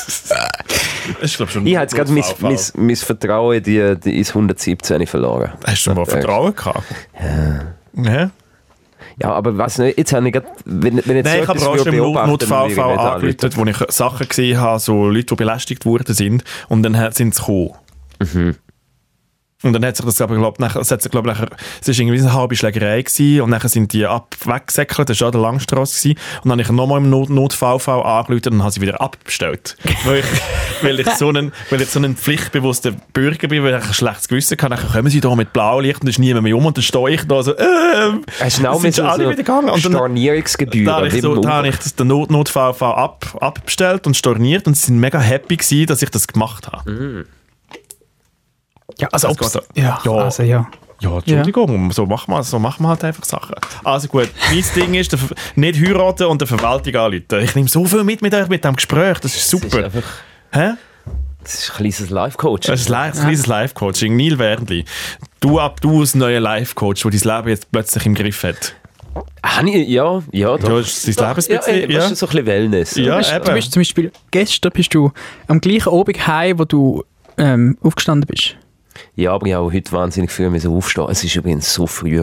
Speaker 1: Das ist, glaub, schon ein
Speaker 3: Ich habe jetzt gerade mein,
Speaker 1: Notfallfall.
Speaker 3: mein, mein Vertrauen in die, die ins 117 verloren.
Speaker 1: Hast du mal Vertrauen gehabt? Ja.
Speaker 3: Ja, aber was nicht, jetzt habe ich gerade, wenn, wenn jetzt
Speaker 1: Nein,
Speaker 3: so
Speaker 1: ich habe
Speaker 3: etwas
Speaker 1: auch schon
Speaker 3: würde
Speaker 1: im
Speaker 3: beobachten, würde ich
Speaker 1: Notfallfall
Speaker 3: nicht anrufen.
Speaker 1: angerufen, wo ich Sachen gesehen habe, so Leute, die belästigt worden sind, und dann hat- sind sie gekommen. Mhm. Und dann hat sich das, glaube ich, glaub, nachher, es hat sich, glaub, nachher, es war irgendwie eine halbe Schlägerei gewesen, und nachher sind die ab, weggesäckelt, das war an der Langstrasse gewesen, und dann habe ich nochmal im Not Notfallfall angerufen und habe sie wieder abbestellt. weil, ich, weil, ich so einen, weil ich so ein pflichtbewusster Bürger bin, weil ich ein schlechtes Gewissen habe, nachher kommen sie da mit Blaulicht und es ist niemand mehr um, und dann stehe ich da so, ähm,
Speaker 3: Hast du genau
Speaker 1: es sind
Speaker 3: mit
Speaker 1: schon
Speaker 3: so,
Speaker 1: alle
Speaker 3: so
Speaker 1: wieder gegangen, und dann
Speaker 3: Stornierungsgebühren?
Speaker 1: da habe ich,
Speaker 3: wie
Speaker 1: so,
Speaker 3: im
Speaker 1: da habe ich das- den Not Notfall ab, abbestellt und storniert und sie sind mega happy gewesen, dass ich das gemacht habe.
Speaker 2: Mhm. Ja, also,
Speaker 1: Das
Speaker 2: ob's,
Speaker 1: geht so.
Speaker 2: ja,
Speaker 1: Ja.
Speaker 2: also, ja.
Speaker 1: Ja, Entschuldigung, so machen wir so machen wir halt einfach Sachen. Also gut, mein Ding ist, der Ver- nicht heiraten und der Verwaltung anrufen. Ich nehme so viel mit mit euch mit dem Gespräch, das ist
Speaker 3: Das ist
Speaker 1: super.
Speaker 3: einfach
Speaker 1: Hä?
Speaker 3: das ist ein kleines Life-Coaching.
Speaker 1: Das ist ein li- kleines Live-Coaching. Neil Werdli, du ab, du als neuer Live-Coach, der dein Leben jetzt plötzlich im Griff hat.
Speaker 3: Habe ich- Ja, ja, doch.
Speaker 1: Ja, ist dein Leben ein
Speaker 3: ja, ey,
Speaker 1: bisschen...
Speaker 3: weißt
Speaker 1: Ja,
Speaker 3: du, so ein bisschen Wellness.
Speaker 1: ja,
Speaker 2: bist, du
Speaker 1: eben.
Speaker 2: bist zum Beispiel, gestern bist du am gleichen Abend heim, wo du ähm, aufgestanden bist.
Speaker 3: ja, aber ich habe heute wahnsinnig früh müssen aufstehen. Es ist übrigens so früh.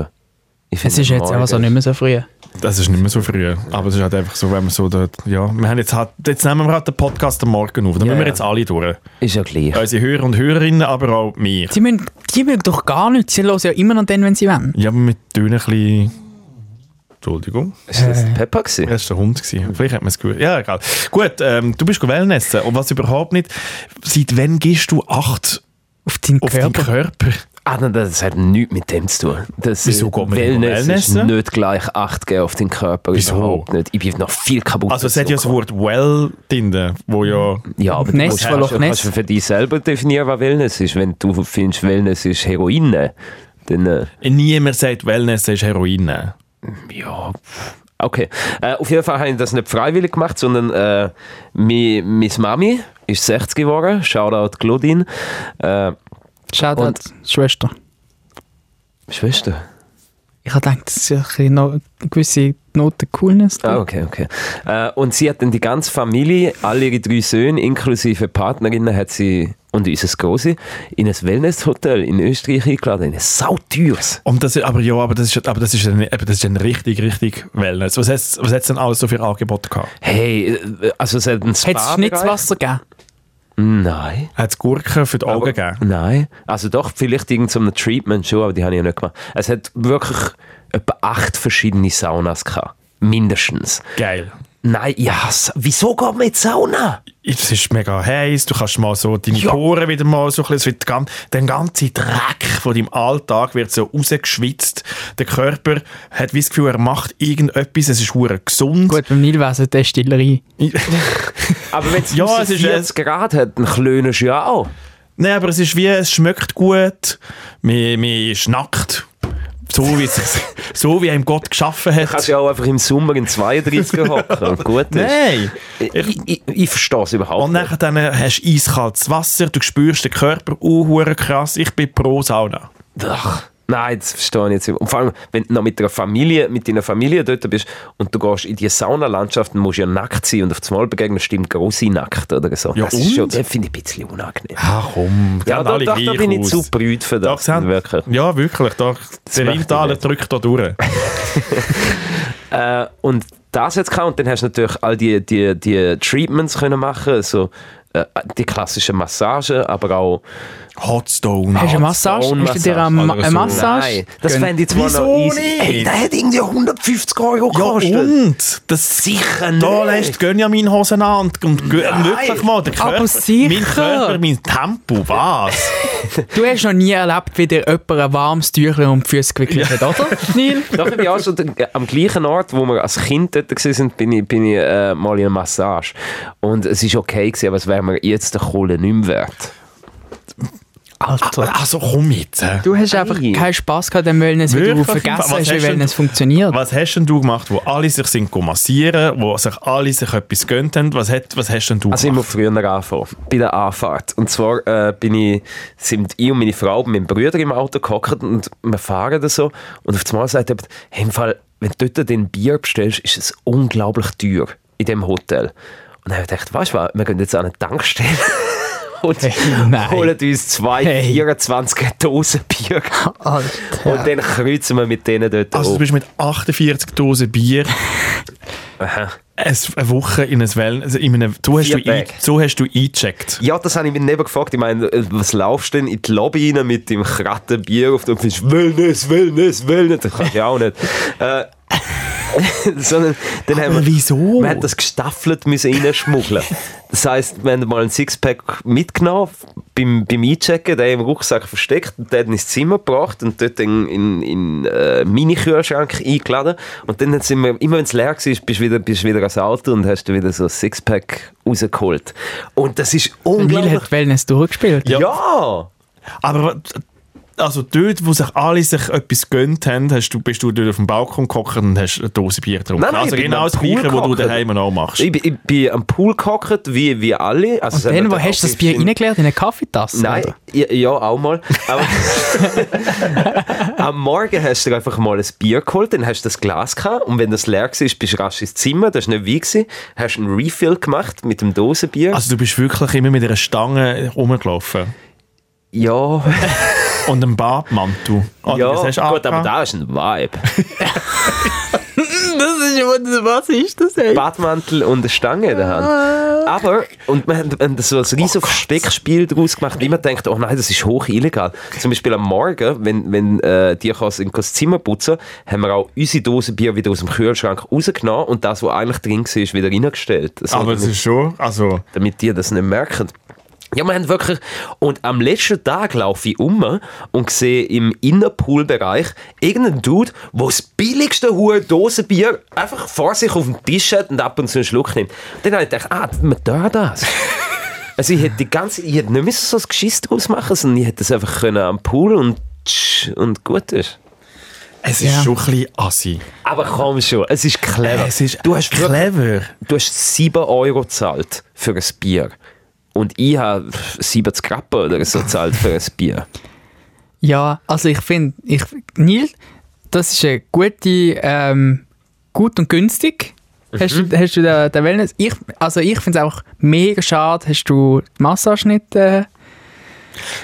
Speaker 3: Ich
Speaker 2: Es
Speaker 3: finde,
Speaker 2: ist jetzt
Speaker 3: morgen-
Speaker 2: also nicht mehr so früh.
Speaker 1: Das ist nicht mehr so früh, aber es ist halt einfach so, wenn man so dort, ja, wir haben jetzt halt, jetzt nehmen wir halt den Podcast am Morgen auf, dann
Speaker 3: Ja,
Speaker 1: müssen wir
Speaker 3: ja.
Speaker 1: jetzt alle durch.
Speaker 3: Ist ja gleich.
Speaker 1: Unsere Hörer und Hörerinnen, aber auch wir.
Speaker 2: Die mögen, die mögen doch gar nichts. Sie hören ja immer noch dann, wenn sie wollen.
Speaker 1: Ja, aber wir tun ein bisschen... Entschuldigung,
Speaker 3: Ist das Peppa gewesen?
Speaker 1: das war der Hund. Gewesen. Vielleicht hat man es gehört. Ja, egal. Gut, ähm, du bist Wellnessen und was überhaupt nicht, seit wann gibst du Acht
Speaker 2: Auf deinen
Speaker 1: auf
Speaker 2: Körper.
Speaker 1: deinen Körper?
Speaker 3: Ah, nein, das hat nichts mit dem zu tun. Das,
Speaker 1: Wieso
Speaker 3: äh,
Speaker 1: geht man nicht
Speaker 3: Wellness
Speaker 1: Wellness,
Speaker 3: ist
Speaker 1: ne?
Speaker 3: nicht gleich Acht geben auf den Körper.
Speaker 1: Wieso?
Speaker 3: Überhaupt nicht. Ich bin noch viel kaputt.
Speaker 1: Also es hat ja das Wort «well» drin, wo ja...
Speaker 3: Ja, aber
Speaker 2: Ness,
Speaker 3: du
Speaker 2: weil
Speaker 3: musst,
Speaker 2: auch
Speaker 3: kannst, kannst
Speaker 2: Ness.
Speaker 3: für dich selber definieren, was Wellness ist. Wenn du findest, Wellness ist Heroin, nehmen, dann äh,
Speaker 1: Niemand sagt «Wellness ist Heroin». nehmen.
Speaker 3: ja... pff, Okay. Äh, auf jeden Fall habe ich das nicht freiwillig gemacht, sondern äh, mi, meine Mami ist 60 geworden. Shoutout Claudine. Äh,
Speaker 2: Shoutout, Schwester.
Speaker 3: Schwester.
Speaker 2: Ich habe gedacht, das ist ja ein bisschen noch eine gewisse Note Coolness.
Speaker 3: Ah,
Speaker 2: drin.
Speaker 3: okay, okay. Äh, und sie hat dann die ganze Familie, alle ihre drei Söhne, inklusive Partnerinnen, hat sie und unser Grossi in ein Wellnesshotel in Österreich eingeladen. Ein sauteures.
Speaker 1: Und das, ist- aber ja, aber das ist, aber das ist, ein, eben, das ist ein richtig, richtig Wellness. Was hat was hat's denn alles so für Angebote gehabt?
Speaker 3: Hey, äh, also es hat ein Spa.
Speaker 2: Hätte es nicht das Wasser gegeben?
Speaker 3: Nein.
Speaker 1: Hat es Gurken für die Augen gegeben?
Speaker 3: Nein. Also doch, vielleicht irgendein Treatment schon, aber die habe ich ja nicht gemacht. Es hat wirklich etwa acht verschiedene Saunas gehabt. Mindestens.
Speaker 1: Geil.
Speaker 3: Nein, ja, s- wieso geht man in die Sauna?
Speaker 1: Es ist mega heiß, du kannst mal so deine
Speaker 3: Ja.
Speaker 1: Poren wieder mal so ein bisschen, es wird ganz, der ganze Dreck von deinem Alltag wird so rausgeschwitzt. Der Körper hat wie das Gefühl, er macht irgendetwas, es ist hure gesund.
Speaker 2: Gut, beim Nilwesen, der Stillerei.
Speaker 3: Aber wenn es
Speaker 1: Ja,
Speaker 3: ja,
Speaker 1: es ist-
Speaker 3: 40 Grad hat, dann klönst du ja auch.
Speaker 1: Nein, aber es ist wie, es schmeckt gut, man, man ist nackt. So wie, es, so wie einem Gott geschaffen hat.
Speaker 3: kannst ja auch einfach im Sommer in 32 hocken und gut ist.
Speaker 1: Nein!
Speaker 3: Ich, ich, ich verstehe es überhaupt
Speaker 1: Und nachher dann äh, hast du uh, eiskaltes Wasser, du spürst den Körper unhure krass. Ich bin pro Sauna.
Speaker 3: nicht. Ach, Nein, das verstehe ich jetzt nicht. Und vor allem, wenn du noch mit, einer Familie, mit deiner Familie dort bist und du gehst in die Saunalandschaft, dann musst du ja nackt sein und auf das Mal begegnest du ihm grosse Nackt oder so.
Speaker 1: Ja,
Speaker 3: das ist schon,
Speaker 1: und? Ah,
Speaker 3: das finde ich ein bisschen unangenehm.
Speaker 1: Ach komm,
Speaker 3: Ja, da, da, da bin ich zu brüd für
Speaker 1: Doch,
Speaker 3: das.
Speaker 1: sie haben,
Speaker 3: wirklich.
Speaker 1: ja, wirklich. Doch, der
Speaker 3: möchte ich
Speaker 1: Rheintaler
Speaker 3: nicht.
Speaker 1: drückt da durch.
Speaker 3: Äh, und das jetzt gehabt und dann hast du natürlich all die, die, die Treatments können machen, so äh, die klassische Massage, aber auch
Speaker 1: Hot Stone.
Speaker 2: Hast du eine Massage?
Speaker 3: Stone
Speaker 2: Hast du dir eine, Ma
Speaker 1: Massage.
Speaker 2: eine Massage?
Speaker 3: Nein, das
Speaker 2: gönnt?
Speaker 3: fände ich zwar
Speaker 1: Wieso
Speaker 3: noch easy.
Speaker 1: nicht?
Speaker 3: Hey, der hat irgendwie 150 Euro
Speaker 1: Ja,
Speaker 3: gekostet.
Speaker 1: und? Das
Speaker 3: Sicher
Speaker 1: da
Speaker 3: nicht.
Speaker 1: lässt Gönjamin Hosen an und, und gö- wirklich mal der
Speaker 2: aber
Speaker 1: Körper,
Speaker 2: sicher.
Speaker 1: mein Körper, mein Tempo, was?
Speaker 2: Du hast noch nie erlebt, wie dir jemand ein warmes Tüchlein um die Füße gewickelt hat, oder? Nein.
Speaker 3: Doch, ich bin auch schon d- am gleichen Ort, wo wir als Kind dort waren, bin ich, bin ich äh, mal in einer Massage. Und es war okay, gewesen, aber es wäre mir jetzt der Kohle nicht mehr wert.
Speaker 2: Alter.
Speaker 1: also komm jetzt. äh.
Speaker 2: Du hast einfach
Speaker 3: Nein.
Speaker 2: keinen Spass gehabt an Wellness, weil du
Speaker 1: Wirklich?
Speaker 2: vergessen
Speaker 1: Was
Speaker 2: hast,
Speaker 1: hast
Speaker 2: wie
Speaker 1: denn
Speaker 2: Wellness
Speaker 1: du-
Speaker 2: funktioniert.
Speaker 1: Was hast denn du gemacht, wo alle sich sind go massieren, wo sich alle sich etwas gönnt haben? Was, hat, was hast denn du
Speaker 3: Also ich
Speaker 1: gemacht?
Speaker 3: muss früher anfangen, bei der Anfahrt. Und zwar äh, bin ich, sind ich und meine Frau mit meinem Bruder im Auto gehockt und wir fahren da so. Und auf einmal sagt jemand, hey, im Fall, wenn du dort den Bier bestellst, ist es unglaublich teuer in dem Hotel. Und dann habe ich gedacht, weißt du was, wir gehen jetzt an eine Tankstelle und
Speaker 2: nein.
Speaker 3: holen uns zwei
Speaker 2: Hey.
Speaker 3: 24 Dosen Bier.
Speaker 2: Alter.
Speaker 3: Und dann kreuzen wir mit denen dort
Speaker 1: Also du
Speaker 3: auf.
Speaker 1: bist mit 48 Dosen Bier es- eine Woche in einem Wellness... In einem, so, hast du
Speaker 3: Vier
Speaker 1: ein,
Speaker 3: Tage.
Speaker 1: so hast du eingecheckt.
Speaker 3: Ja, das habe ich mich neben gefragt. Ich meine, äh, was laufst du denn in die Lobby rein mit dem kratten Bier auf und findest Wellness, Wellness, Wellness? Das kannst du ja auch nicht. Äh, sondern dann haben wir,
Speaker 1: wieso?
Speaker 3: wir haben das gestaffelt müssen reinschmuggeln. Das heisst, wir haben mal ein Sixpack mitgenommen beim, beim Einchecken, den im Rucksack versteckt und den ins Zimmer gebracht und dort in, in, in äh, Mini-Kühlschrank eingeladen. Und dann sind wir, immer wenn es leer war, bist du wieder, bist du wieder ans Auto und hast du wieder so ein Sixpack rausgeholt. Und das ist
Speaker 2: Emil
Speaker 3: unglaublich.
Speaker 2: hat Wellness durchgespielt.
Speaker 1: Ja.
Speaker 3: Ja!
Speaker 1: Aber wa- also dort, wo sich alle sich etwas gönnt haben, hast du, bist du dort auf dem Balkon gekocht und hast eine Dose Bier getrunken.
Speaker 3: Nein, nein,
Speaker 1: also
Speaker 3: ich bin
Speaker 1: genau
Speaker 3: am
Speaker 1: das
Speaker 3: Pool
Speaker 1: Gleiche, was du
Speaker 3: gehockt.
Speaker 1: daheim auch machst.
Speaker 3: Ich, bin- ich bin am Pool gehockt, wie, wie alle. Also es
Speaker 2: Und
Speaker 3: hat
Speaker 2: dann, wo
Speaker 3: natürlich
Speaker 2: hast du
Speaker 3: auch
Speaker 2: das Bier
Speaker 3: bestimmt-
Speaker 2: reingeleert? In eine Kaffeetasse?
Speaker 3: Nein,
Speaker 2: oder?
Speaker 3: ja, ja, auch mal. Aber am Morgen hast du einfach mal ein Bier geholt, dann hast du das Glas gehabt und wenn das leer war, bist du rasch ins Zimmer, das war nicht wie, gewesen, hast ein Refill gemacht mit dem Dosenbier.
Speaker 1: Also du bist wirklich immer mit einer Stange rumgelaufen.
Speaker 3: ja,
Speaker 1: Und einem Badmantel. Oder
Speaker 3: ja,
Speaker 1: was hast du
Speaker 3: gut, aber
Speaker 1: angehabt?
Speaker 3: da ist ein Vibe.
Speaker 2: Das ist, was ist das ey?
Speaker 3: Badmantel und eine Stange in der Hand. Aber, und wir haben- haben so ein riesen Versteckspiel daraus gemacht, wie man denkt, oh nein, das ist hoch illegal. Zum Beispiel am Morgen, wenn, wenn äh, die kannst in das Zimmer putzen, haben wir auch unsere Dose Bier wieder aus dem Kühlschrank rausgenommen und das, was eigentlich drin war, ist wieder reingestellt. So,
Speaker 1: Aber es
Speaker 3: damit,
Speaker 1: ist schon, also...
Speaker 3: damit die das nicht merken. Ja, wir haben wirklich, und am letzten Tag laufe ich um und sehe im Innerpool-Bereich irgendeinen Dude, der das billigste hohe Dosenbier einfach vor sich auf den Tisch hat und ab und zu einen Schluck nimmt. Dann habe ich gedacht, ah, man darf das. Also ich hätte die ganze, ich hätte nicht müssen so ein Geschiss daraus machen, sondern ich hätte es einfach können am Pool und tsch, und gut ist.
Speaker 1: Es
Speaker 2: Ja.
Speaker 1: ist schon ein bisschen assi.
Speaker 3: Aber komm schon, es ist clever. du hast wirklich-
Speaker 1: clever.
Speaker 3: du hast 7 Euro gezahlt für ein Bier. Und ich habe 70 Rappen oder so gezahlt für ein Bier.
Speaker 2: Ja, also ich finde, ich, Neil, das ist eine gute, ähm, gut und günstig.
Speaker 1: Mhm.
Speaker 2: Hast du, hast du den, den Wellness? Ich, also ich finde es auch mega schade, hast du die Massage nicht... Äh,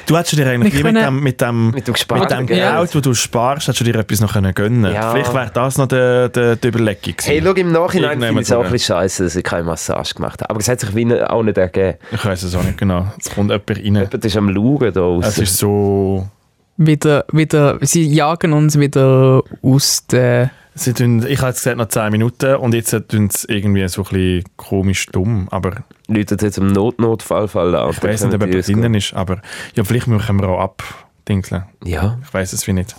Speaker 1: Du hättest dir eigentlich
Speaker 2: Wir
Speaker 1: wie mit
Speaker 2: können-
Speaker 1: dem, mit dem,
Speaker 3: Mit dem gesparten
Speaker 1: mit dem
Speaker 3: Geld.
Speaker 1: Geld, das du sparst, hättest du dir etwas noch können gönnen
Speaker 3: Ja.
Speaker 1: Vielleicht wäre das noch die, die, die Überlegung gewesen.
Speaker 3: Hey, schau, im Nachhinein
Speaker 1: Irgendjemand
Speaker 3: finde ich es auch
Speaker 1: sogar.
Speaker 3: ein bisschen scheiße, dass ich keine Massage gemacht habe. Aber es hat sich wie ne- auch nicht ergeben.
Speaker 1: Ich weiß es auch nicht genau. Es kommt jemand rein.
Speaker 3: Jemand ist am Lauren da
Speaker 1: Es
Speaker 3: raus.
Speaker 1: ist so...
Speaker 2: wieder, wieder, sie jagen uns wieder aus der...
Speaker 1: Sie tun, ich habe jetzt gesagt, noch 10 Minuten und jetzt tun sie irgendwie so ein bisschen komisch dumm. Aber
Speaker 3: Leute jetzt im Not Notfallfall an.
Speaker 1: ich weiß nicht, ob jemand drinnen ist. Aber ja, vielleicht können wir auch abdingseln.
Speaker 3: Ja,
Speaker 1: Ich weiß es wie nicht.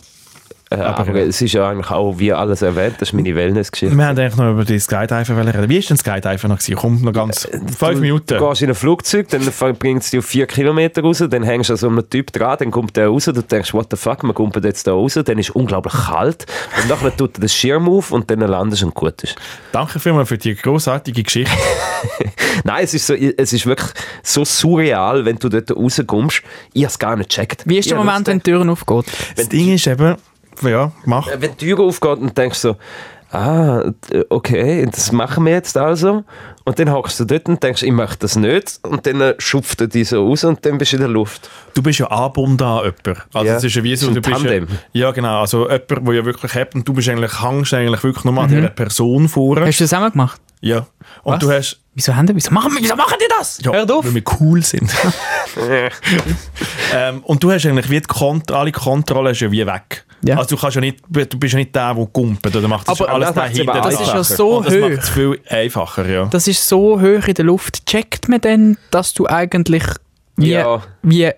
Speaker 3: Äh, aber, es ist ja eigentlich auch, wie alles erwähnt, das ist meine Wellness-Geschichte.
Speaker 1: Wir haben eigentlich noch über den Skydiver reden. Wie ist denn Skydiver noch gewesen? Kommt noch ganz... fünf Minuten.
Speaker 3: Äh, Du gehst in ein Flugzeug, dann bringt es dich auf vier Kilometer raus, dann hängst du an so einem Typ dran, dann kommt der raus, du denkst, what the fuck, man kommt jetzt da raus, dann ist es unglaublich kalt und nachher tut er den Schirm auf und dann landest du und gut ist.
Speaker 1: Danke vielmals für die großartige Geschichte.
Speaker 3: Nein, es ist, so, es ist wirklich so surreal, wenn du dort rauskommst. Ich habe es gar nicht gecheckt.
Speaker 2: Wie ist
Speaker 3: Ich
Speaker 2: der
Speaker 3: hab
Speaker 2: Moment,
Speaker 3: das
Speaker 2: wenn die Türen aufgeht?
Speaker 1: Das Ding ist eben... Ja, mach.
Speaker 3: äh, Wenn die Tür aufgeht und denkst so, ah, d- okay, das machen wir jetzt also. Und dann hockst du dort und denkst, ich möchte das nicht. Und dann äh, schupft er dich so raus und dann bist du in der Luft.
Speaker 1: Du bist ja angebunden an jemanden. Also
Speaker 3: Ja.
Speaker 1: es ist ja wie so...
Speaker 3: Es ist
Speaker 1: Du
Speaker 3: ein
Speaker 1: bist ja,
Speaker 3: Tandem.
Speaker 1: ja, genau. Also jemand, der ja wirklich hebt und du bist eigentlich, hängst eigentlich wirklich nur an dieser Person vorne.
Speaker 2: Mhm. Hast du das auch mal gemacht?
Speaker 1: Ja. Und
Speaker 2: Was?
Speaker 1: du hast...
Speaker 2: Wieso haben die, wieso machen, wieso machen die das?
Speaker 1: Ja,
Speaker 2: Hört auf!
Speaker 1: Weil wir cool sind. ähm, und du hast eigentlich wie die Kont alle Kontrolle ist ja wie weg.
Speaker 2: Ja.
Speaker 1: Also du kannst ja nicht, du bist ja nicht der, der gumpet oder macht das
Speaker 3: Aber
Speaker 1: alles
Speaker 3: das macht's
Speaker 1: dahinter.
Speaker 3: eben
Speaker 2: Das ist ja
Speaker 1: einfacher.
Speaker 2: so
Speaker 1: und das
Speaker 2: hoch.
Speaker 1: macht es viel einfacher, ja.
Speaker 2: Das ist so hoch in der Luft. Checkt man denn, dass du eigentlich wie,
Speaker 3: Ja.
Speaker 2: wie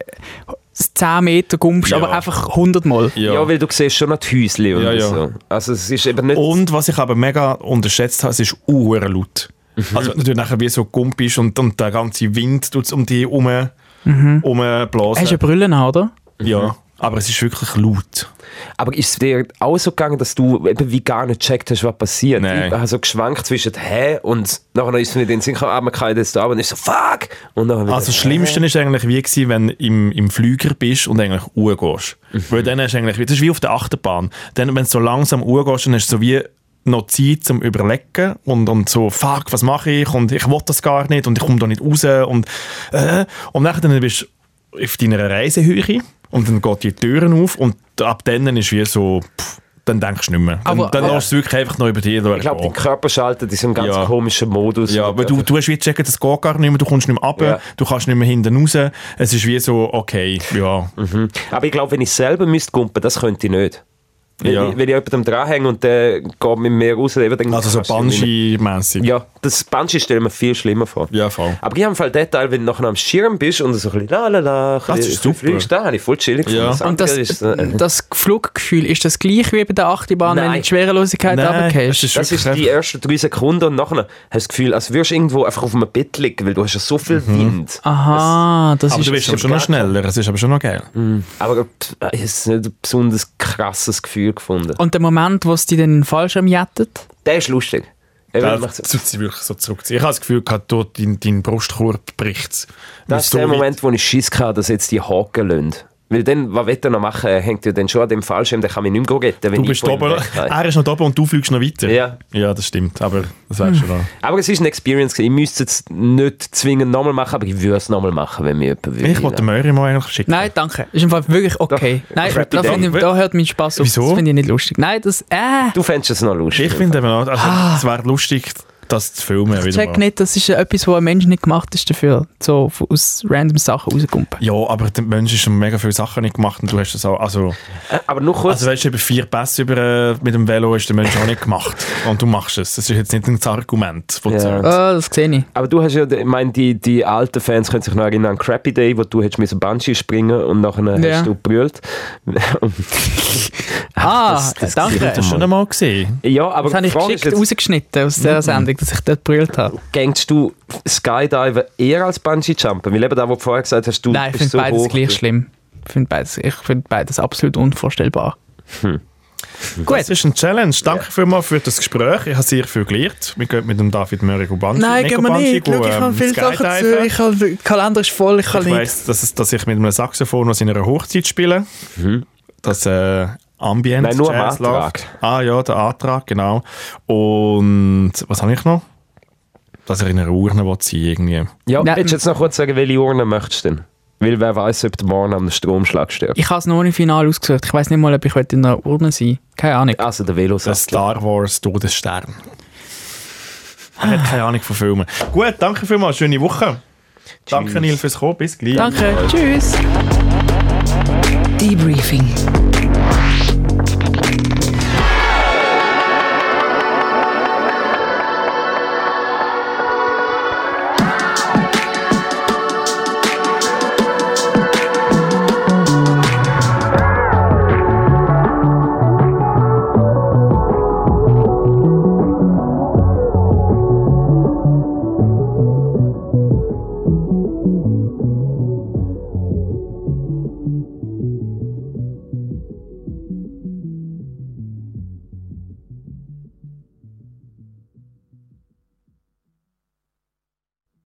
Speaker 2: 10 Meter gumpst,
Speaker 1: Ja.
Speaker 2: aber einfach 100 Mal?
Speaker 3: Ja. weil du siehst schon noch die Häuschen und
Speaker 1: Ja, Oh. ja.
Speaker 3: so. Also es ist eben nicht...
Speaker 1: Und was ich aber mega unterschätzt habe, es ist uhr laut.
Speaker 2: Mhm.
Speaker 1: Also wenn du nachher wie so gump bist und, und der ganze Wind tut's um dich herum umblasen.
Speaker 2: Mhm. Hast du eine Brille an, oder?
Speaker 1: ja. Aber es ist wirklich laut.
Speaker 3: Aber ist es dir auch so gegangen, dass du eben wie gar nicht gecheckt hast, was passiert?
Speaker 1: Nein.
Speaker 3: Ich habe so geschwankt zwischen «Hä?» und nachher ist es mir in den Sinn gekommen, «Ah, man kann jetzt da» und ich so «Fuck!» und nachher wieder,
Speaker 1: Also das Schlimmste ist eigentlich wie gewesen, wenn du im, im Flüger bist und eigentlich Uhr gehst. Weil dann hast du eigentlich, das ist wie auf der Achterbahn. Dann, wenn du so langsam Uhr gehst, dann hast du so wie noch Zeit zum Überlegen und, und so, fuck, was mache ich und ich will das gar nicht und ich komme da nicht raus und äh. Und nachher dann bist du auf deiner Reisehöhe und dann geht die Türen auf und ab dann ist wie so, pff, dann denkst du nicht mehr. Dann,
Speaker 2: Aber-
Speaker 1: dann
Speaker 2: aber-
Speaker 1: lässt du es wirklich einfach noch über dich
Speaker 3: Ich glaube, dein Körper schaltet in so einem ganz
Speaker 1: Ja.
Speaker 3: komischen Modus.
Speaker 1: ja, aber du, du hast wie checken, das geht gar nicht mehr, du kommst nicht mehr runter,
Speaker 3: Ja.
Speaker 1: du kannst nicht mehr hinten raus. Es ist wie so, okay, ja.
Speaker 3: Mhm. hm. Aber ich glaube, wenn ich selber müsste gumpen, das könnte ich nicht. Wenn,
Speaker 1: Ja.
Speaker 3: ich, wenn ich jemandem dranhänge und der geht mit mir raus, eben, dann
Speaker 1: Also so
Speaker 3: kannst du nicht mehr-
Speaker 1: Banshee-mässig.
Speaker 3: Ja, Ah, das Banshee stelle ich mir viel schlimmer vor.
Speaker 1: Ja, voll.
Speaker 3: Aber ich habe im Fall den Teil, wenn du nachher am Schirm bist und so ein bisschen lalala, ein
Speaker 1: Das
Speaker 3: bisschen
Speaker 1: ist super.
Speaker 3: fliegst, da habe ich voll chillig
Speaker 1: Ja.
Speaker 3: gefunden.
Speaker 2: Und das,
Speaker 3: andere ist, äh,
Speaker 2: das Fluggefühl, ist das gleich wie bei der Achterbahn, wenn du
Speaker 3: Nein.
Speaker 2: in die Schwerelosigkeit
Speaker 1: Nein,
Speaker 2: runtergehst?
Speaker 1: es ist-
Speaker 3: Das ist die ersten drei Sekunden und nachher hast du das Gefühl, als würdest du irgendwo einfach auf einem Bett liegen, weil du hast ja so viel
Speaker 1: Mhm.
Speaker 3: Wind.
Speaker 2: Aha, das
Speaker 1: Aber
Speaker 2: ist...
Speaker 1: du bist aber schon noch
Speaker 3: gar-
Speaker 1: schneller, es ist aber schon noch geil.
Speaker 3: Aber äh, es ist nicht ein besonders krasses Gefühl gefunden.
Speaker 2: und der Moment, wo es dich dann in den Fallschirm jettet?
Speaker 3: Der ist lustig. Eben,
Speaker 1: Da
Speaker 3: macht's-
Speaker 1: tut sie wirklich so zurückziehen. Ich habe das Gefühl, gehabt, dort dein, dein Brustkorb bricht
Speaker 3: Das ist der Moment, wo ich Schiss hatte, dass jetzt die Haken lönd. Weil dann, was will er noch machen? Er hängt ja dann schon an dem Fallschirm, der kann mich nicht mehr retten, wenn
Speaker 1: Du bist
Speaker 3: ich von ihm
Speaker 1: oben,
Speaker 3: weggehe.
Speaker 1: er ist noch oben und du fliegst noch weiter.
Speaker 3: Ja. Hm.
Speaker 1: ja das stimmt, aber das weißt du schon.
Speaker 3: Aber es ist eine Experience. gewesen. Ich müsste es jetzt nicht zwingend nochmal machen, aber ich würde es nochmal machen, wenn mir jemand würde.
Speaker 1: Ich wollte den Möri mal eigentlich schicken.
Speaker 2: Nein, danke. Ist im Fall wirklich okay. Nein, da,
Speaker 1: Idee.
Speaker 2: find ich, da hört mein Spaß auf.
Speaker 1: Wieso?
Speaker 2: Das finde ich nicht lustig. Nein, das... Äh,
Speaker 3: Du fändest es noch lustig.
Speaker 1: Ich finde eben auch, also, es wäre lustig, das zu filmen. wieder
Speaker 2: Ah. check
Speaker 1: mal.
Speaker 2: nicht, das ist äh, etwas, was ein Mensch nicht gemacht ist dafür. So f- aus random Sachen rausgumpen.
Speaker 1: Ja, aber der Mensch ist schon mega viele Sachen nicht gemacht und du hast das auch, also...
Speaker 3: Aber nur kurz.
Speaker 1: Also weißt du, über vier Pässe über, äh, mit dem Velo ist der Mensch auch nicht gemacht. Und du machst es. Das ist jetzt nicht ein Argument von
Speaker 3: Ja.
Speaker 1: Zürich.
Speaker 2: Ah, das sehe ich.
Speaker 3: Aber du hast ja, ich meine, die, die alten Fans können sich noch erinnern an Crappy Day, wo du hättest mit Banshee springen und nachher
Speaker 2: Ja.
Speaker 3: hast du brüllt.
Speaker 2: Ah, danke.
Speaker 1: Das hast du schon einmal gesehen.
Speaker 3: Ja, aber
Speaker 2: Das habe
Speaker 3: die
Speaker 2: ich
Speaker 3: Frage ist
Speaker 2: geschickt
Speaker 3: jetzt,
Speaker 2: rausgeschnitten aus dieser Sendung, dass ich dort brüllt habe.
Speaker 3: gängst du Skydiver eher als Bungee-Jumpen? Weil eben da, wo du vorher gesagt hast, du
Speaker 2: Nein, ich finde
Speaker 3: bist so
Speaker 2: beides
Speaker 3: hoch.
Speaker 2: gleich schlimm. Ich finde beides, ich find beides absolut unvorstellbar.
Speaker 1: Das ist eine Challenge. Danke vielmals für das Gespräch. Ich habe sehr viel gelernt. Wir gehen mit dem David Möri go Banshee. go Banshee, go, ähm, skydiven.
Speaker 2: Ich habe, der Kalender ist voll, ich kann
Speaker 1: Ich weiss, dass, es- dass ich mit einem Saxophon was in einer Hochzeit spiele. Das äh, Ambient
Speaker 3: Nein, nur am
Speaker 1: Jazz
Speaker 3: Antrag.
Speaker 1: läuft. Ah ja, der Antrag, genau. Und was habe ich noch? Dass er in einer Urne will sein irgendwie.
Speaker 3: Ja,
Speaker 2: Nein.
Speaker 3: willst du jetzt noch kurz sagen, welche Urne möchtest du denn? Weil wer weiß, ob du morgen am Stromschlag stirbst.
Speaker 2: Ich habe es noch nicht final ausgesucht. Ich weiß nicht mal, ob ich heute in einer Urne sein will. Keine Ahnung.
Speaker 3: Also der
Speaker 1: Der
Speaker 3: Velosatz.
Speaker 1: Star Wars Todesstern. Er hat keine Ahnung von Filmen. Gut, danke vielmals. Schöne Woche. Danke, Neil, fürs Kommen. Bis gleich.
Speaker 2: Danke, tschüss.
Speaker 4: Debriefing.